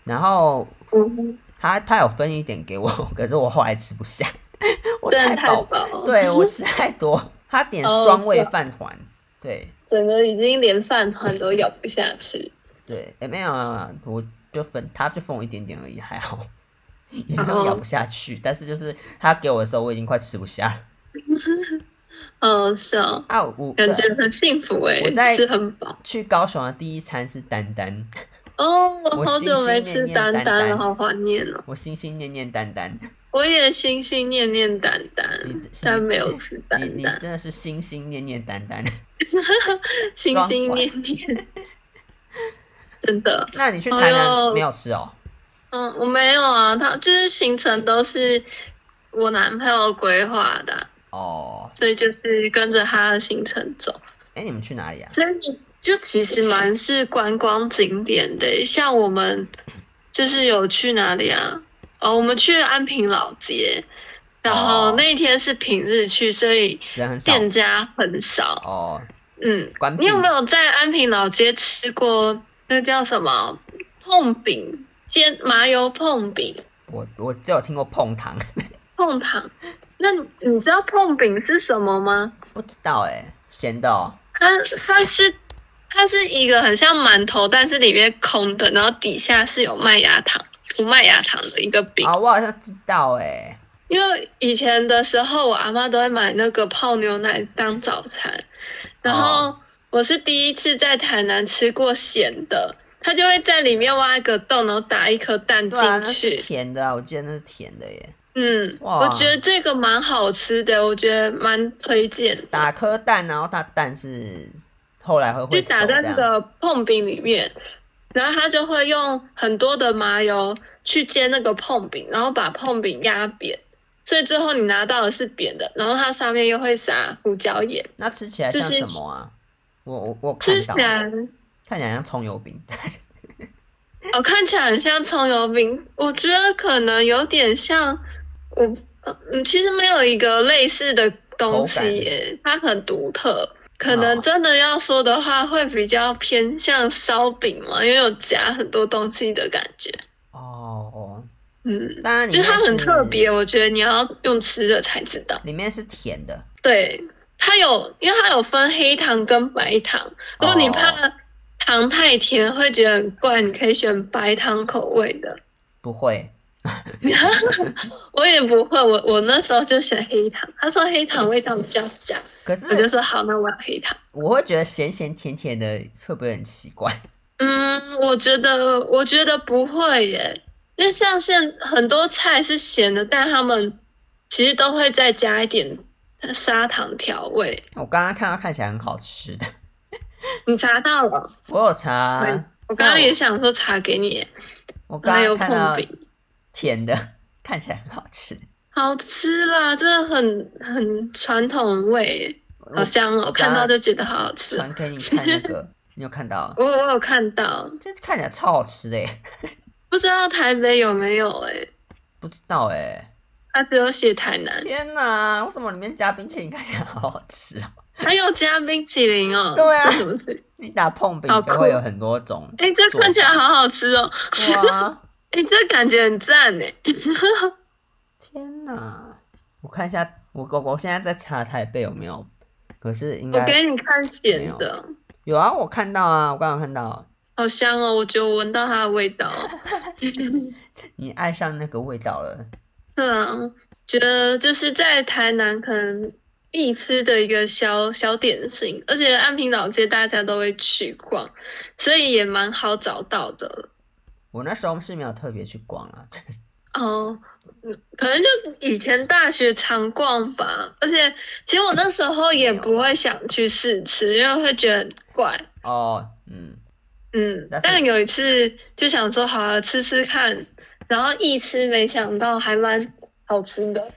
然后嗯，他他有分一点给我， 可是我后来吃不下，我真的太太饱，饱了，对我吃太多。他点哦双是味啊饭团，对整个已经连饭团都咬不下去。对，哎没有没有，没有我就分他就分我一点点而已，还好，也没有哦咬不下去。但是就是他给我的时候，我已经快吃不下了。哦，是哦，啊，我感对觉很幸福哎我在，吃很饱。去高雄的第一餐是丹丹，哦，我我好久没心心吃念念丹丹丹丹了，好怀念哦。我心心念念丹丹，我也心心念念丹丹，你但没有吃丹你你丹，真的是心心念念丹丹。心心 念念，真的。那你去哎台南呦没有吃哦？嗯，我没有啊，他就是行程都是我男朋友规划的，哦，所以就是跟着他的行程走。哎，你们去哪里啊？所以你就其实蛮是观光景点的，欸像我们就是有去哪里啊？哦，我们去安平老街，然哦后那一天是平日去，所以人很少店家很少。哦，嗯，关闭你有没有在安平老街吃过那叫什么碰饼煎麻油碰饼我我只有听过碰糖，碰糖？那你你知道碰饼是什么吗？不知道哎，咸的哦。它它是它是一个很像馒头，但是里面空的，然后底下是有麦芽糖、涂麦芽糖的一个饼。啊，我好像知道哎，因为以前的时候，我阿妈都会买那个泡牛奶当早餐，然哦后我是第一次在台南吃过咸的，它就会在里面挖一个洞，然后打一颗蛋对啊，进那是去。甜的啊，我记得那是甜的耶。嗯，哇我觉得这个蛮好吃的，我觉得蛮推荐的。打颗蛋，然后它蛋是后来会就会熟打在这那样。个碰饼里面，然后他就会用很多的麻油去煎那个碰饼，然后把碰饼压扁，所以最后你拿到的是扁的，然后它上面又会撒胡椒盐，那吃起来就像是什么啊？我我我看吃起到来看起来像葱油饼，哦看起来很像葱油饼，我觉得可能有点像我呃嗯，其实没有一个类似的东口感西耶，它很独特。可哦能真的要说的话，会比较偏向烧饼嘛，因为有夹很多东西的感觉。 哦，嗯，当然里就面它很是特别，，哦我觉得你要用吃的才知道。里面是甜的，对，它有，因为它有分黑糖跟白糖。如果你哦怕糖太甜会觉得很怪，你可以选白糖口味的。不会 我也不会，我我那时候就选黑糖。他说黑嗯糖味道比较香，可我就是说好，那我要黑糖。我会觉得咸咸甜甜的会不会很奇怪？ 嗯，我觉得我觉得不会耶，因为像现很多菜是咸的，但他们其实都会再加一点砂糖调味。我刚刚看到看起来很好吃的，你查到了？我有查，对我刚刚嗯也想说查给你，我刚还刚有看碰到饼，甜的，看起来很好吃，好吃啦，真的很很传统味，我好香哦！我我看刚到就觉得 好好吃。传给你看那个，你有看到？我我有看到，这看起来超好吃的耶，不知道台北有没有哎、不知道哎，它只有写台 南，天哪，为什么里面加冰淇淋看起来好好吃啊？还有加冰淇淋哦。对啊这什么吃？ 你打碰饼好就会酷有很多种，哎、这看起来好好吃哦！哇！ 哎、这感觉很赞哎。天哪！我看一下，我我我现在在查台北有没有，可是应我该给你看咸的，有啊，我看到啊，我刚刚看到，好香哦！我觉得我闻到它的味 道。你爱上那个味道了，对啊，觉得就是在台南可能必吃的一个小小点心，而且安平老街大家都会去逛，所以也蛮好找到的。我那时候是没有特别去逛啊， 哦，嗯可能就以前大学常逛吧，而且其实我那时候也不会想去试吃，因为会觉得很怪。哦，嗯，嗯那是，但有一次就想说好啊，吃吃看，然后一吃没想到还蛮好吃的，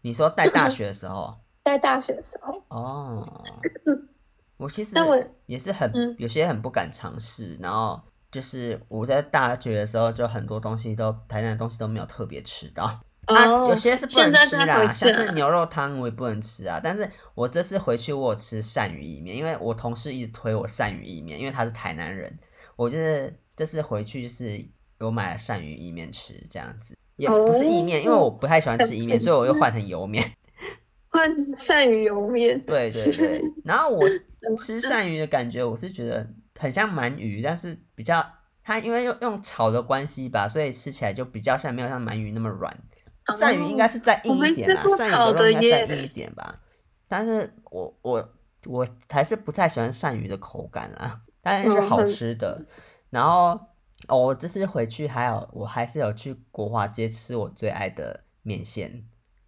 你说在大学的时候在大学的时候，哦，我其实嗯但我也是很、嗯有些很不敢尝试，然后就是我在大学的时候，就很多东西都台南的东西都没有特别吃到。啊，有哦，些是不现能在吃再啦，回去像啊是牛肉汤我也不能吃啊。但是我这次回去我有吃鳝鱼意面，因为我同事一直推我鳝鱼意面，因为他是台南人。我就是这次回去就是有买了鳝鱼意面吃，这样子也不是意面，哦因为我不太喜欢吃意面，所以我又换成油面。换鳝鱼油面，对对对，然后我吃鳝鱼的感觉，我是觉得很像鳗鱼，但是比较它因为用用炒的关系吧，所以吃起来就比较像没有像鳗鱼那么软。鳝鱼应该是是再硬一点啦，哦我没吃过鳝炒鱼的肉的应该再耶硬一点吧。但是我我我还是不太喜欢鳝鱼的口感啦，但是是嗯好很吃的。然后哦，我这次回去还有我还是有去国华街吃我最爱的面线，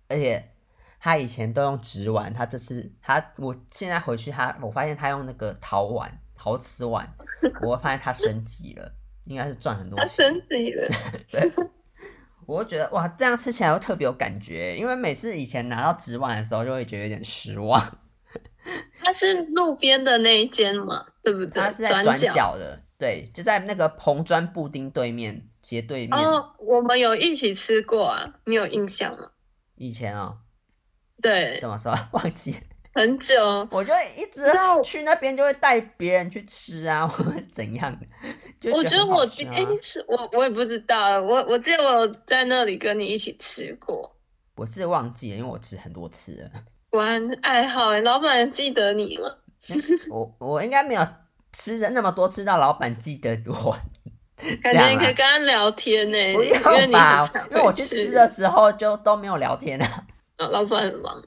而且他以前都用纸碗，他这次他我现在回去他我发现他用那个陶碗陶瓷碗，我发现他升级了，应该是赚很多它钱。升级 了，我会觉得哇，这样吃起来会特别有感觉，因为每次以前拿到纸碗的时候，就会觉得有点失 望。它是路边的那一间嘛，对不对它？是在转转角。角的，对，就在那个红砖布丁对面斜对面。哦，我们有一起吃过啊，你有印象吗？以前哦，对，什么时候 忘记了？很久。我就一直道去那边，就会带别人去吃啊，或者怎样的。 就我觉觉得得我哎、哎、是我我也不知道啊，我我记得我有在那里跟你一起吃过，我是忘记了，因为我吃很多次了。果然爱好哎、老板记得你了，我我应该没有吃的那么多，吃到老板记得 我。这感样觉啊你可以跟他聊天呢、不因为要你很吧常，因为我会去吃吃的时候就都没有聊天啊。哦老板很忙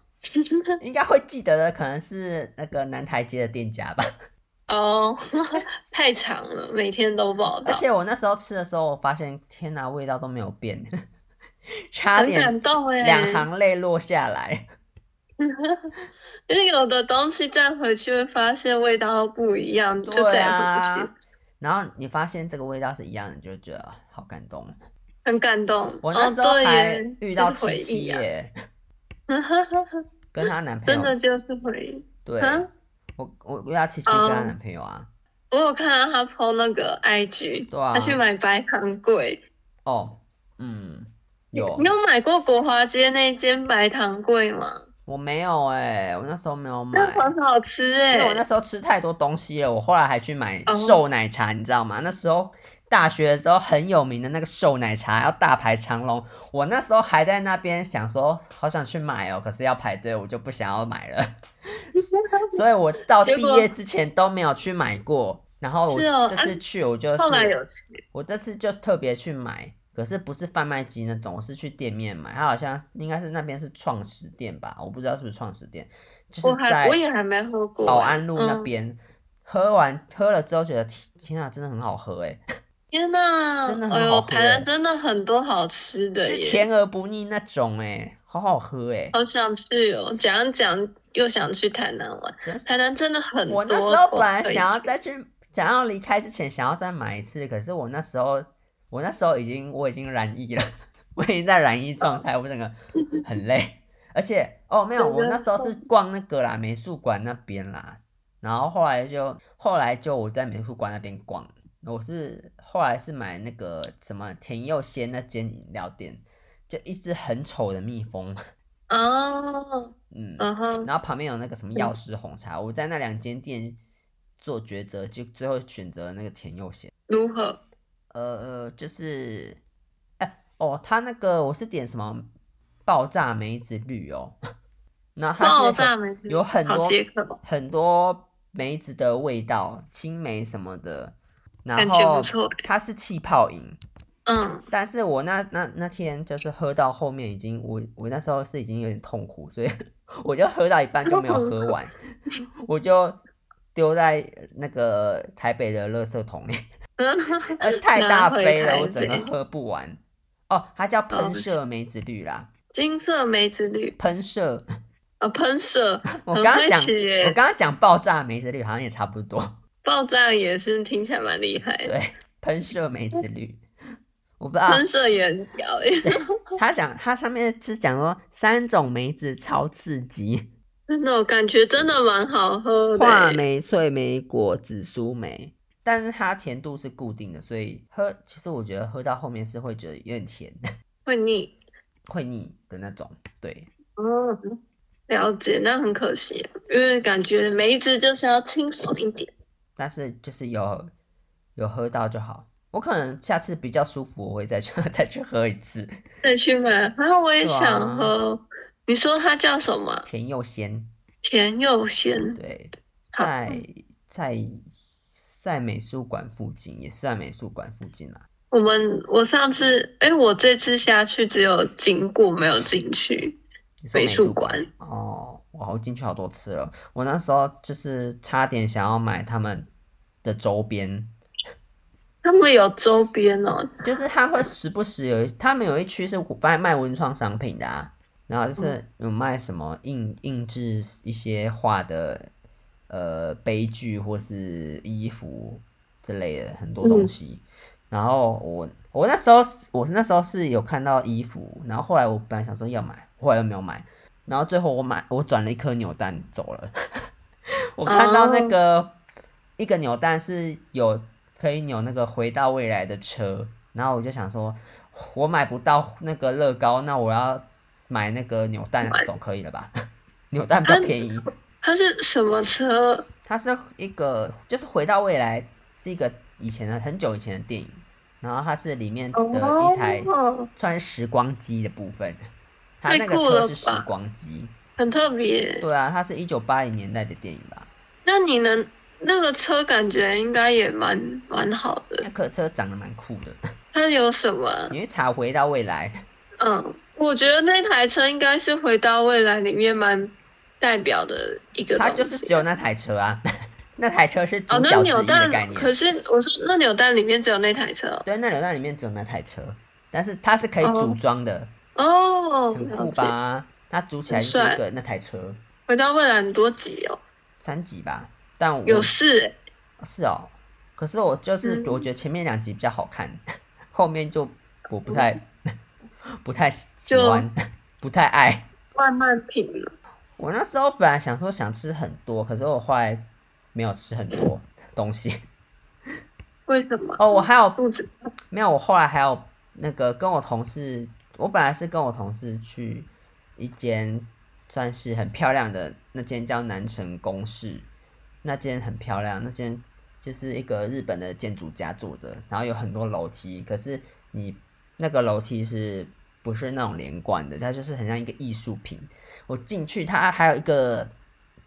应该会记得的，可能是那个南台街的店家吧。哦， 太长了，每天都报 而道，且我那时候吃的时候，我发现天哪，味道都没有变， 差很点感动哎、两行泪落下来。因为有的东西再回去会发现味道不一样， 就对再也回不去啊，，然后你发现这个味道是一样的，你就觉得啊好感动。很感动。我那哦时候对还耶遇到就是回七七忆啊，耶，跟 她男朋真的友，就是回忆。对啊，我我遇到七七跟她哦男朋友啊，我有看到他 PO 那个 IG，对啊他去买白糖桂。哦，嗯，有你，有买过国华街那间白糖桂吗？我没有哎，我那时候没有买那。很好吃哎、因为我那时候吃太多东西了，我后来还去买哦瘦奶茶，你知道吗？那时候大学的时候很有名的那个瘦奶茶要大排长龙，我那时候还在那边想说好想去买哦，可是要排队，我就不想要买了， 所以我到结毕果业之前都没有去买过。然后我是哦这啊次去，我就是、后来有吃，我这次就特别去买，可是不是贩卖机那种，我是去店面买。它好像应该是那边是创始店吧，我不知道是不是创始店，就是我在还我也还没喝过、保安路那嗯边、喝完喝了之后觉得天天啊，真的很好喝哎、天呐，真的很哎好呦，喝台欸南真的很多好吃的是耶，甜而不腻那种哎、好好喝哎、好想去哦！讲一讲又想去台南玩真，台南真的很多我口那味。时候本来想要再去，想要离开之前想要再买一次，可是我那时候我那时候已经我已经染疫了，我已经在染疫状态，我整个很累，而且哦没有，真的我那时候是逛那个啦美术馆那边啦，然后后来就后来就我在美术馆那边逛，我是后来是买那个什么田佑仙那间饮料店，就一只很丑的蜜蜂，哦，嗯。嗯哼，然后旁边有那个什么药师红茶，我在那两间店做抉择，就最后选择了那个甜柚咸。如何？呃呃，就是，哎、哦，他那个我是点什么爆炸梅子绿哦，然后它是爆有炸美食有很好多解渴哦，很多梅子的味道，青梅什么的，然感觉后不错它是气泡饮，嗯，但是我那那那天就是喝到后面已经，我我那时候是已经有点痛苦，所以 我就喝到一半就没有喝 完，我就丢在那个台北的垃圾 桶里，呃太大拿回杯了，台我整个北喝不完。哦，它叫喷哦射梅子绿啦，金色梅子绿，喷 射。呃，喷射，我很刚刚会讲，取耶我刚刚讲爆炸梅子绿好像也差不多。爆炸也是听起来蛮厉害的。对，喷射梅子绿。我不知道喷射也很屌耶， 他讲他上面是讲说三种梅子超刺激，真的，我感觉真的蛮好喝话的耶。梅、脆梅果、紫苏梅，但是它甜度是固定的，所以喝其实我觉得喝到后面是会觉得有点甜， 会腻会腻的那种。对，哦，了解，那很可惜耶，因为感觉梅子就是要清爽一点。但是就是有有喝到就好。我可能下次比较舒服，我会再去 再去喝一次再去买，然后我也对啊想喝。你说它叫什么？甜又鲜。甜又鲜。对，好在在在美术馆附近，也是在美术馆附近啦。我们我上次，哎，我这次下去只有经过，没有进去。你说美美术术馆馆哦，哇我进去好多次了。我那时候就是差点想要买他们的周边，他们有周边哦，就是他会时不时有一，他们有一区是卖卖文创商品的啊，然后就是有卖什么印印制一些画的，呃，悲剧或是衣服之类的很多东西。然后我我那时候是我是那时候是有看到衣服，然后后来我本来想说要买，后来又没有买，然后最后我买我转了一颗扭蛋走了。 我看到那个、一个扭蛋是有可以扭那个回到未来的车，然后我就想说，我买不到那个乐高，那我要买那个扭蛋买总可以了吧？ 扭蛋比较便宜，它是什么车？它是一个就是回到未来是一个以前的很久以前的电影，然后它是里面的一呃台哦，算是时光机的部分，它太那个酷了车是时吧光机，很特别。对啊，它是一九八零年代的电影吧？那你能那个车感觉应该也蛮蛮好的。那客车长得蛮酷的，它有什么啊？你去查回到未来。嗯，我觉得那台车应该是《回到未来》里面蛮代表的一个东它西。就是只有那台车啊， 那台车是哦主，那角之扭一的概蛋，念。可是我说那扭蛋里面只有那台车哦对，那扭蛋里面只有那台车，但是它是可以组装的，哦，很了酷解。吧？它组起来就是一个那台车，回到未来很多集哦，三集吧。但我有四欸是哦，可是我就是嗯我觉得前面两集比较好看， 后面就我不太 不太喜哦就欢， 不太爱。慢慢品了。我那时候本来想说想吃很多，可是我后来没有吃很多东西。 为什么？哦，我还有肚子没有，我后来还有那个跟我同事，我本来是跟我同事去一间算是很漂亮的那间叫南城公室，那间很漂亮，那间就是一个日本的建筑家做的，然后有很多楼梯，可是你那个楼梯是不是那种连贯的？它就是很像一个艺术品。我进去，它还有一个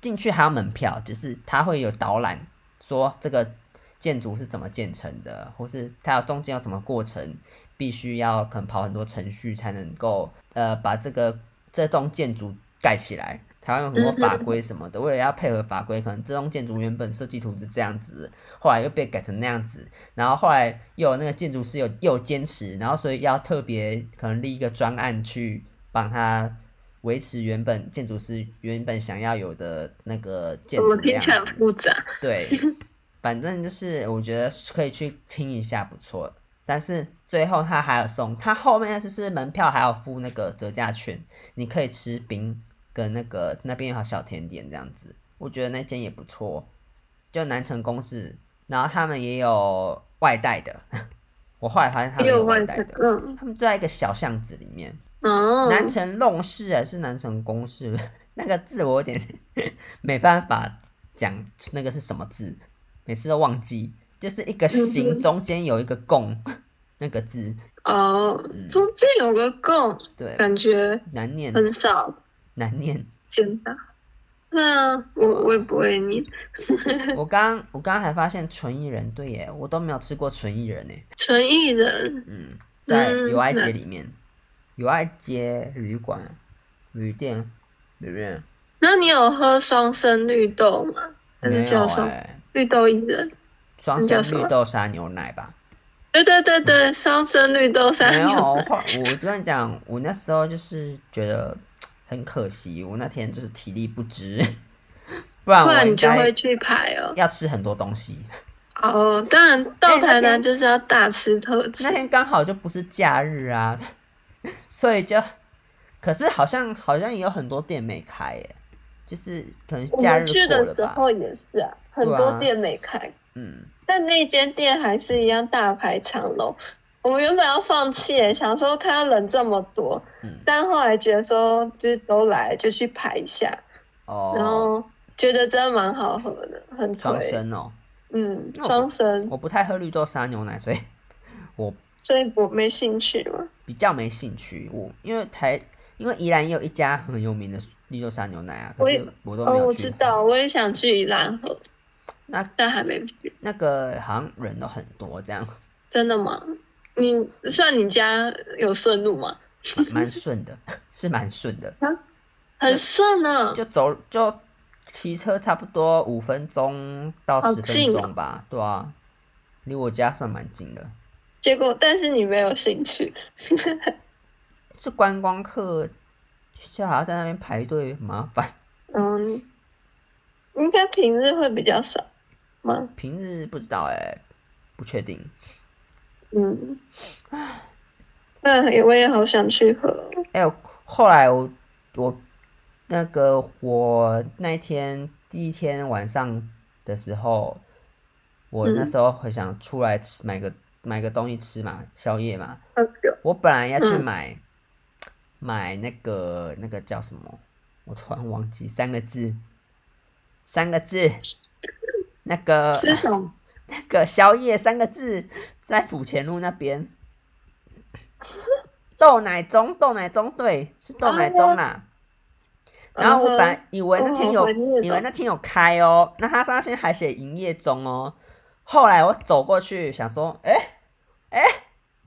进去还要门票，就是它会有导览，说这个建筑是怎么建成的，或是它有中间有什么过程，必须要可能跑很多程序才能够呃把这个这栋建筑盖起来。台湾有很多法规什么的，为了要配合法规，可能这栋建筑原本设计图是这样子，后来又被改成那样子，然后后来又有那个建筑师有又有坚持，然后所以要特别可能立一个专案去帮他维持原本建筑师原本想要有的那个建怎筑么的听样起来很子。复杂？对，反正就是我觉得可以去听一下，不错。但是最后他还有送，他后面就是门票还有附那个折价券，你可以吃冰跟那个那边有小甜点这样子，我觉得那间也不错。就南城公式，然后他们也有外带的， 我后来发现他们也有有外外带带，的，嗯，他们就在一个小巷子里面，哦，南城弄市还是南城公市？ 那个字我有点 没办法讲，那个是什么字？每次都忘记，就是一个嗯形哼中间有一个共，那个字哦嗯，中嗯间有个空，对，感觉难念很少难念。见到。那我我也不会念我刚我刚还发现纯艺人，对耶，我都没有吃过纯艺人耶。纯艺人，嗯，在嗯友爱街对里面，友爱街旅馆、旅店里面那你有喝双生绿豆吗？那没个叫有什么？哎，绿豆薏仁。双那叫什生绿么豆沙牛奶吧。对对对对，双生绿豆 沙嗯没有，牛我奶。我就跟你讲，我那时候就是觉得很可惜，我那天就是体力不支，不然不我然应你就该会去排哦。要吃很多东西。哦，当然到哎那台天南就是要大吃特吃那。天刚好就不是假日啊， 所以就，可是好像好像也有很多店没开耶，就是可能我假日们去过的了时吧。候也是啊，很对多啊店没开，嗯，但那间店还是一样大排长龙。我们原本要放弃耶，想说看到人这么多，嗯但后来觉得说就是都来就去排一下，然哦，后觉得真的蛮好喝的，很双推。生哦，嗯，那我双生，我不太喝绿豆沙牛奶，所以 我所以我没兴趣嘛。比较没兴趣。我因为台因为宜兰也有一家很有名的绿豆沙牛奶啊，可我也是我都没哦，有我去。啊知道，我也想去宜兰喝，那但还没去。那个好像人都很多，这样真的吗？你算你家有顺路吗？蛮蛮顺的，是蛮顺的。很顺啊，就走就骑车差不多五分钟到好十分近哦钟吧，对啊，离我家算蛮近的。结果但是你没有兴趣，是观光客，就好像在那边排队麻烦。嗯，应该平日会比较少吗？平日不知道哎、不确定。嗯，那也我也好想去喝，哎、我后来我我那个我那一天第一天晚上的时候，我那嗯时候很想出来吃买个买个东西吃嘛，宵夜嘛。喝酒，我本来要去嗯买、买那个那个叫什么，我突然忘记三个字，三个字，那个吃什么？那个宵夜三个字，在府前路那 边，豆奶盅，豆奶盅，对，是豆奶盅啊啦。然嗯后我本来以为那天有，哦怀念哦以为那天有开哦，那他上面还写营业中哦。后来我走过去想说，哎、哎、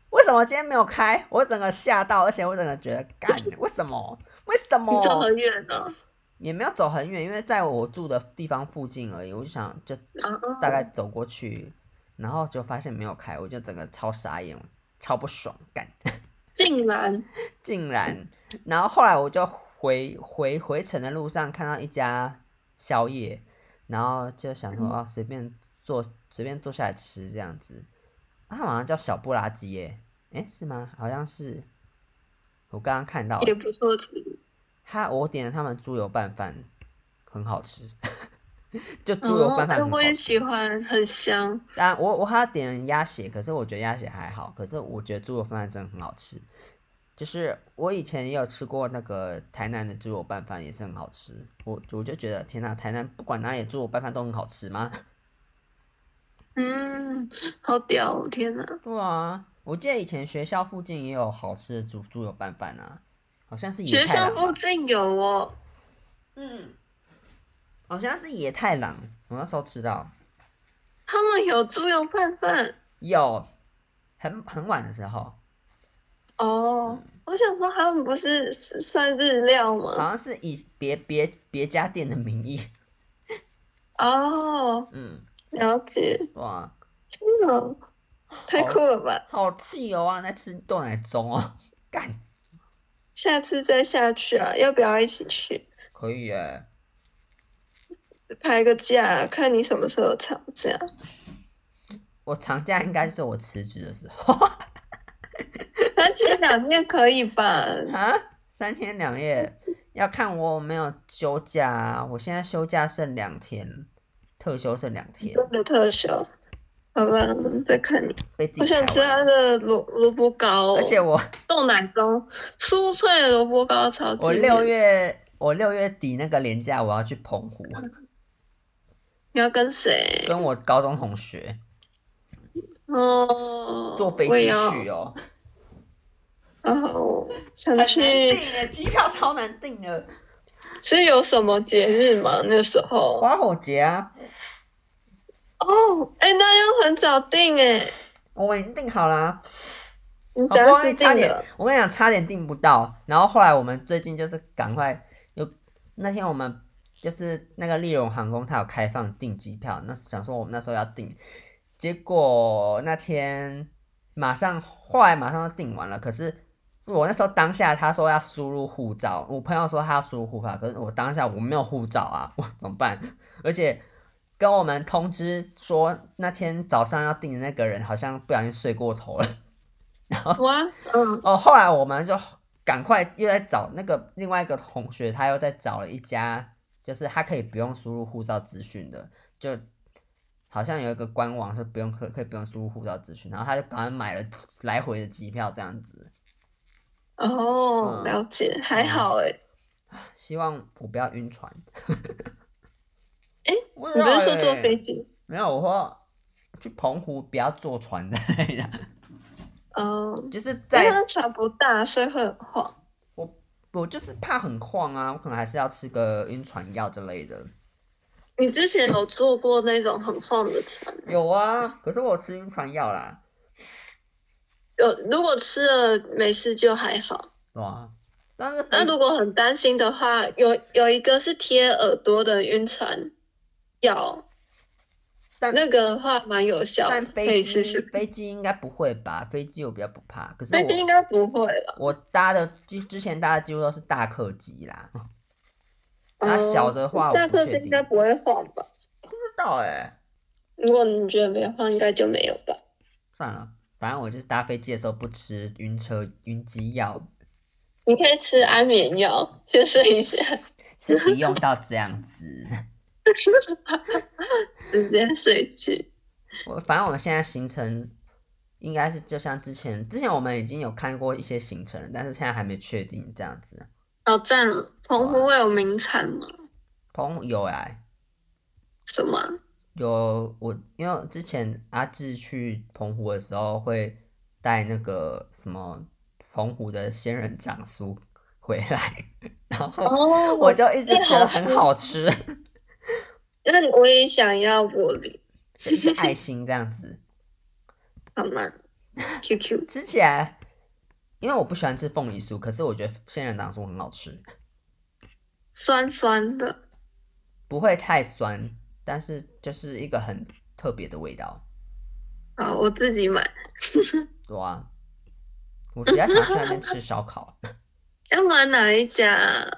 为什么今天没有开？我整个吓到，而且我整个觉得，干，为什么？为什么？你走很远呢、也没有走很远，因为在我住的地方附近而已。我就想，就啊，大概走过去，然后就发现没有开，我就整个超傻眼，超不爽，干， 竟然竟然，然后后来我就回回回程的路上看到一家宵夜，然后就想说嗯啊，随便坐随便坐下来吃这样子，啊它好像叫小布拉吉耶，诶，是吗？好像是，我刚刚看到也不错吃，他，我点了他们猪油拌饭，很好吃。 就猪油拌饭、哦哎很好我吃。也喜欢，很香。当然，啊我我还要点鸭血，可是我觉得鸭血还好，可是我觉得猪肉饭真的很好吃。就是我以前也有吃过那个台南的猪肉拌饭，也是很好吃。我我就觉得天哪，台南不管哪里的猪肉拌饭都很好吃吗？ 嗯，好屌、哦！天哪，对啊，我记得以前学校附近也有好吃的猪猪肉拌饭啊，好像是学野太校郎附吧，近有哦。嗯，好像是野太郎，我那时候吃到他们有猪油拌饭有很很晚的时候，哦。嗯我想说，他们不是算日料吗？好像是以别别别家店的名义， 哦，嗯，了解，哇。真的哦太酷了吧！好气哦啊！在吃豆奶盅哦，干下次再下去啊，要不要一起去可以耶，排个假？看你什么时候长 假。我长假应该就是我辞职的时候 那前两天可以吧？啊，三天两夜，要看我有没有休假啊。我现在休假剩两天，特休剩两天，真的特休，好吧，再看你。被自己我想开吃完他的萝萝卜糕、哦，而且我豆奶糕，酥脆的萝卜糕超级。我六月我六月底那个年假我要去澎湖，你要跟谁？跟我高中同学哦，坐飞我也机要去哦，哦，想很难去订耶，机票超难订的。是有什么节日吗？那时候花火节啊，哦，哎、那要很早订哎、我们已经订好啦、你好等哦不容下嗯啊是易差订点了，，我跟你讲，差点订不到。然后后来我们最近就是赶快有那天我们就是那个丽荣航空，它有开放订机票，那想说我们那时候要订，结果那天马上后来马上就订完了，可是。我那时候当下他说要输入护照，我朋友说他要输入护照，可是我当下我没有护照啊，我怎么办？而且跟我们通知说那天早上要订的那个人好像不小心睡过头了。哇，嗯，哦，后来我们就赶快又在找那个另外一个同学，他又在找了一家，就是他可以不用输入护照资讯的，就好像有一个官网是不用可可以不用输入护照资讯，然后他就赶快买了来回的机票这样子。哦，嗯了解，还好哎、希望我不要晕船。诶我你也 不知不道欸，是说坐飞机？没有，我说去澎湖不要坐船之类的，哦，就是因为在它船不大，所以会很晃。我我就是怕很晃啊，我可能还是要吃个晕船药之类的。你之前有坐过那种很晃的船？有啊，可是我吃晕船药啦，有，如果吃了没事就还好。对啊，但是那如果很担心的话，有有一个是贴耳朵的晕船药，但那个的话蛮有效的但，可飞以试机试。飞机应该不会吧？飞机我比较不怕，可是飞机应我该不会了。我搭的之之前搭的几乎都是大客机啦，那哦小的话我大不客确机定应该不会晃吧？不知道哎、如果你觉得没晃，应该就没有吧？算了，反正我就是搭飞机的时候不吃晕车晕机药， 你可以吃安眠药，先睡一下， 是不用到这样子。直接睡去。我反正我们现在行程应该是就像之前，之前我们已经有看过一些行程了，但是现在还没确定这样子。好赞哦！澎湖会有名产吗？澎湖有哎、什么啊？有我，因为之前阿志去澎湖的时候会带那个什么澎湖的仙人掌酥回来，然后哦我就一直觉得这很好好吃，那我也想要玻璃，就一个爱心这样子。好吗？QQ， 吃起来，因为我不喜欢吃凤梨酥，可是我觉得仙人掌酥很好吃，酸酸的，不会太酸，但是就是一个很特别的味道，好，我自己买。对啊。我比较想去那边吃烧烤，要买哪一家啊？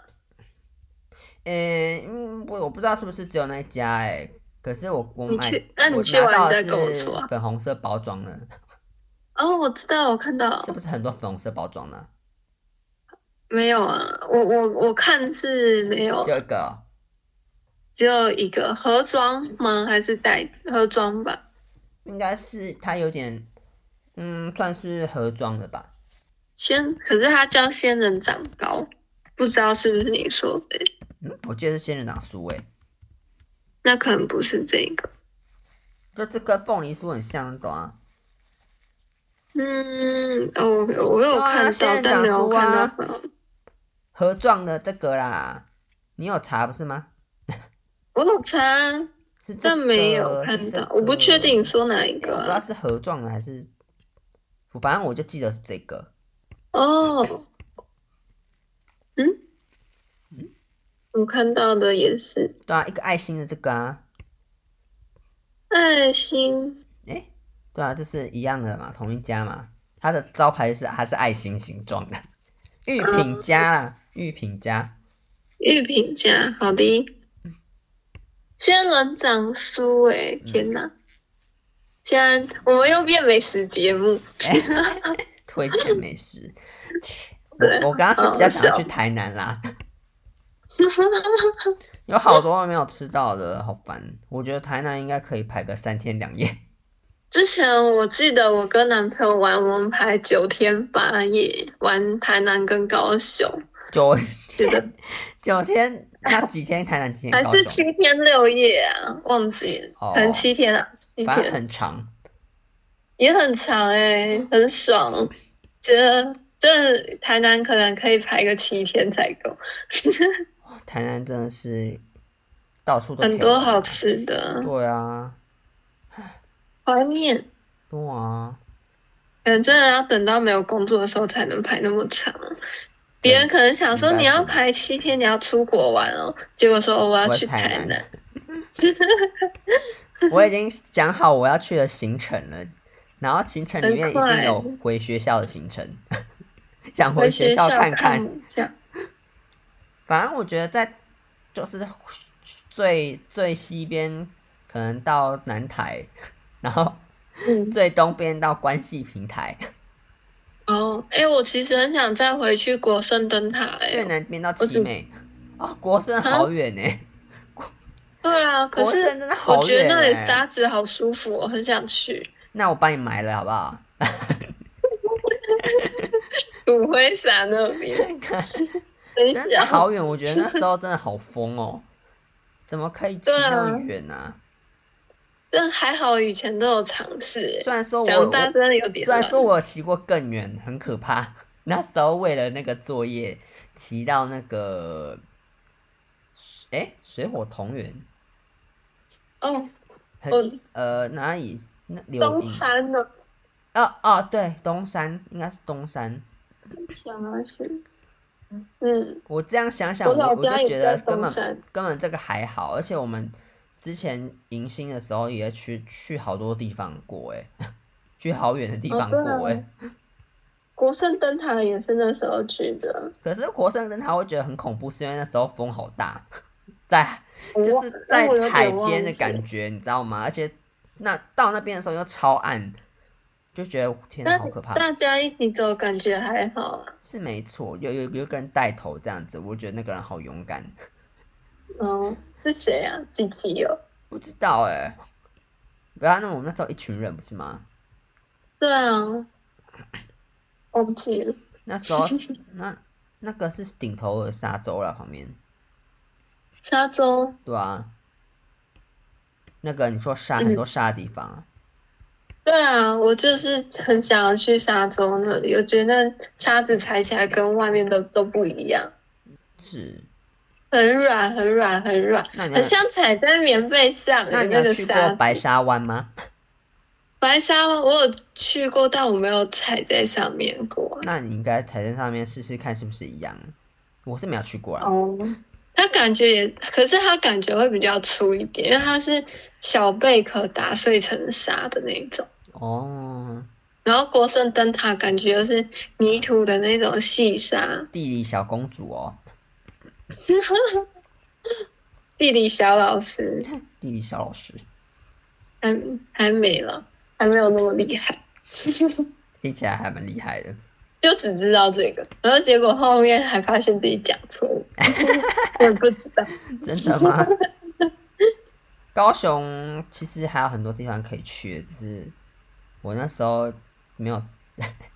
嗯，嗯我我不知道是不是只有那一家哎、可是我我你买去，那你我去拿完到再是跟我说啊粉红色包装的，哦，我知道，我看到是不是很多粉红色包装的？没有啊？我我我看是没有只，有一个哦，只有一个盒装吗？还是袋盒装吧？应该是它有点，嗯，算是盒装的吧。仙，可是它叫仙人掌糕，不知道是不是你说的？嗯，我记得是仙人掌酥哎、那可能不是这个。就这跟凤梨酥很像，懂啊？嗯，哦，我我有看对啊仙到，人但掌没有酥啊看到很好。盒状的这个啦，你有查不是吗？我有查，是这但个没有看是这到个，我不确定你说哪一我个不知道啊。是盒状的还是，反正我就记得是这个。哦，嗯，我看到的也是对啊，一个爱心的这个啊，爱心，诶，对啊，这是一样的嘛，同一家嘛。它的招牌是它是爱心形状的，玉品家啦，玉品家。玉品家，好的。仙人掌酥、欸，嗯天哪！现在我们又变美食节目，推荐美食。我我刚刚是比较想要去台南 啦，有好多没有吃到的，好烦。我觉得台南应该可以排个三天两夜。之前我记得我跟男朋友玩，我们排九天八夜，玩台南跟高雄，九觉得九天，那几天台南几天还哎高是雄，七天六夜啊，忘记了，哦可能七天啊，七反正天很长。也很长哎、很爽，觉得这台南可能可以排个七天才够，台南真的是到处都可以很多玩好。吃的，对啊，怀念。对啊，可能嗯真的要等到没有工作的时候才能排那么长。别人可能想说应该是你要排七天，你要出国玩哦，结果说哦我要去台我要南台。 我已经讲好我要去的行程了，然后行程里面一定有回学校的行程， 想回学校看看。这样反正我觉得在就是最最西边，可能到南台，然后嗯，最东边到关系平台，哦，哎、我其实很想再回去国圣灯塔、最哎，南边到我啊奇只美。哦，国盛好远欸呢、对啊，可国是盛真的好我觉远、得那里欸。沙子好舒服，我很想去。那我帮你埋了好不好？ 骨 灰撒那边，啊很真的想。好远，我觉得那时候真的好疯哦，怎么可以骑对啊那么远啊？但还好以前都有尝试、欸虽然说我长我大真的有点虽然懒。说我有骑过更远，很可怕。那时候为了那个作业，骑到那个，哎、水火同源，哦，很我呃哪里？那柳东营山哦的啊啊，对，东山应该是东山。想要去，嗯，我这样想想，我我老我家就也觉在得根东本山根本这个还好，而且我们之前迎新的时候也去去好多地方过、欸， 去好远的地哦方对过、欸，啊国圣灯塔也是那时候去的，可是活生生他会觉得很恐怖，是因为那时候风好大， 在我就忘是但在我有点海忘边的记感觉，你知道吗？而且那到那边的时候又超暗，就觉得天哪，但好可怕！大家一起走感觉还好啊。是没错，有有有一个人带头这样子，我觉得那个人好勇敢。哦，是谁啊？吉吉哦。不知道哎、不要，那我们那时候一群人不是吗？对啊，忘记了。那 时候那那个是顶头的沙洲了，旁边沙洲，对啊，那个你说沙嗯很多沙的地方啊，对啊，我就是很想要去沙洲那里，我觉得沙子踩起来跟外面的都不一样，是很软，很软，很软，那你要很像踩在棉被上那的你有个去过沙。白沙湾吗？白沙湾我有去过，但我没有踩在上面过。那你应该踩在上面试试看是不是一样。我是没有去过啦，哦，它感觉也，可是它感觉会比较粗一点，因为它是小贝壳打碎成沙的那种。哦，然后国圣灯塔感觉又是泥土的那种细沙，地理小公主哦，地理小老师地理小老师，还还没了，还没有那么厉害，听起来还蛮厉害的。就只知道这个，然后结果后面还发现自己讲错误， 我也不知道。真的吗？ 高雄其实还有很多地方可以去，只是我那时候没有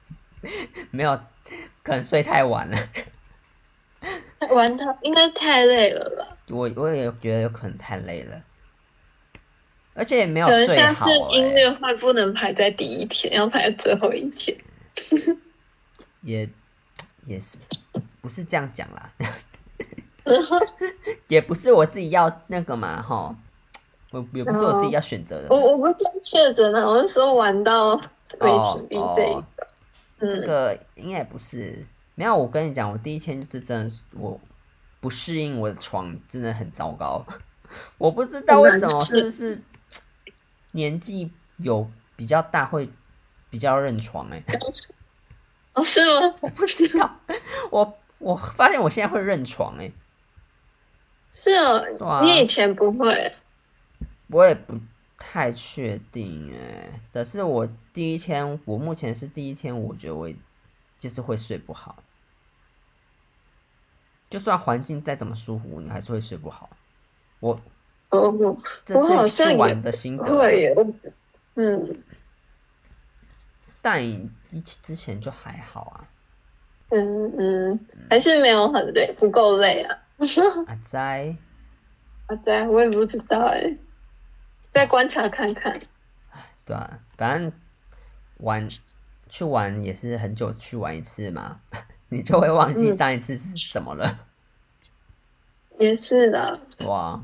没有，可能睡太晚了。玩它应该太累了啦，我我也觉得有可能太累了，而且也没有可能睡下好、次音欸，乐会不能排在第一天，要排在最后一天。 也也是不是这样讲啦， 也不是我自己要那个嘛哈，我也不是我自己要选择的。我我不是确诊了，我是说玩到没体力哦这一哦个。这嗯，个应该也不是。没有，我跟你讲，我第一天就是真的是，我不适应我的床，真的很糟糕。 我不知道为什很么，难是睡不是年纪有比较大会比较认床、欸？哎，哦，是吗？我不知道， 我我发现我现在会认床、欸，是哦，对啊你以前不会，我也不太确定、欸，哎，但是我第一天，我目前是第一天，我觉得我就是会睡不好，就算环境再怎么舒服，你还是会睡不好。我哦我我这我好是像去也玩的心会得，耶，我嗯但一之前就还好啊。嗯嗯，还是没有很累，不够累啊。 阿哉，啊，对，我也不知道哎，再观察看看。对啊，反正玩去玩也是很久去玩一次嘛， 你就会忘记嗯上一次是什么了。也是的，哇，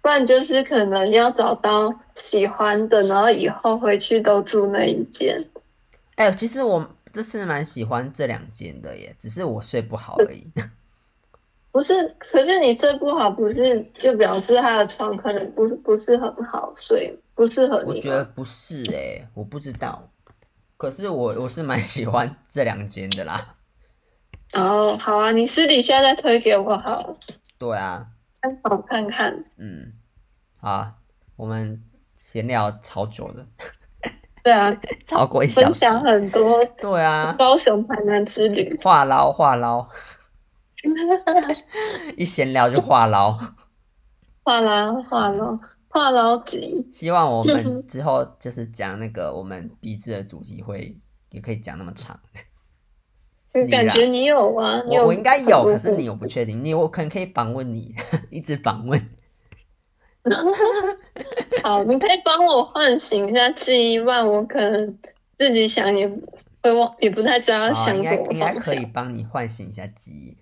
不然就是可能要找到喜欢的，然后以后回去都住那一间。哎、其实我这次蛮喜欢这两间的耶，只是我睡不好而 已。不是，可是你睡不好，不是就表示他的床可能不不是很好睡，不适合我你觉得吗？不是哎，我不知道。可是我我是蛮喜欢这两间的啦。哦，好啊，你私底下再推给我好了，对啊，参考看看。嗯，啊，我们闲聊超久的，对啊，超过一小分时。享很多对啊，高雄台南之旅，话痨话痨， 一闲聊就话痨。话痨话痨话痨集，希望我 们之后就是讲那个我们鼻子的主题会，也可以讲那么长。就感觉你有啊，你有我我应该有，很多可是部你我不确定，你我可能可以访问你， 一直访问。好，你可以帮我唤醒一下记忆，不然我可能自己想也会忘，也不太知道要啊，想应什该么应该方可向。以帮你唤醒一下记忆。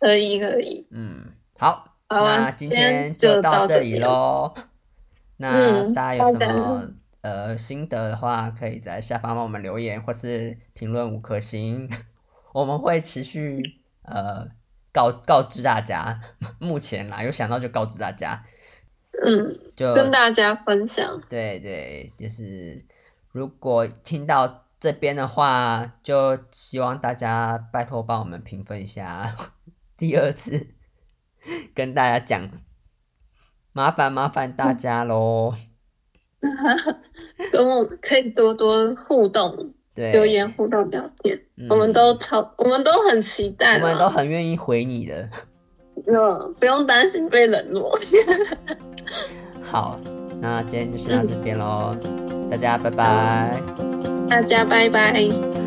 可以，可以，嗯，好，好啊那今今天天就就到到这这里边喽。那嗯大家有好什的么呃心得的话，可以在下方帮我们留言或是评论五颗星，我们会持续呃告告知大家。目前啦，有想到就告知大家，嗯，就跟大家分享，对对，就是如果听到这边的话，就希望大家拜托帮我们评分一下。第二次跟大家讲，麻烦麻烦大嗯家喽。跟我可以多多互动，对，留言互动聊天，嗯我们都超，我们都很期待我们都啦，很愿意回你的。嗯，不用担心被冷落，好，嗯那今天就先到这边喽，大家拜拜。大家拜拜。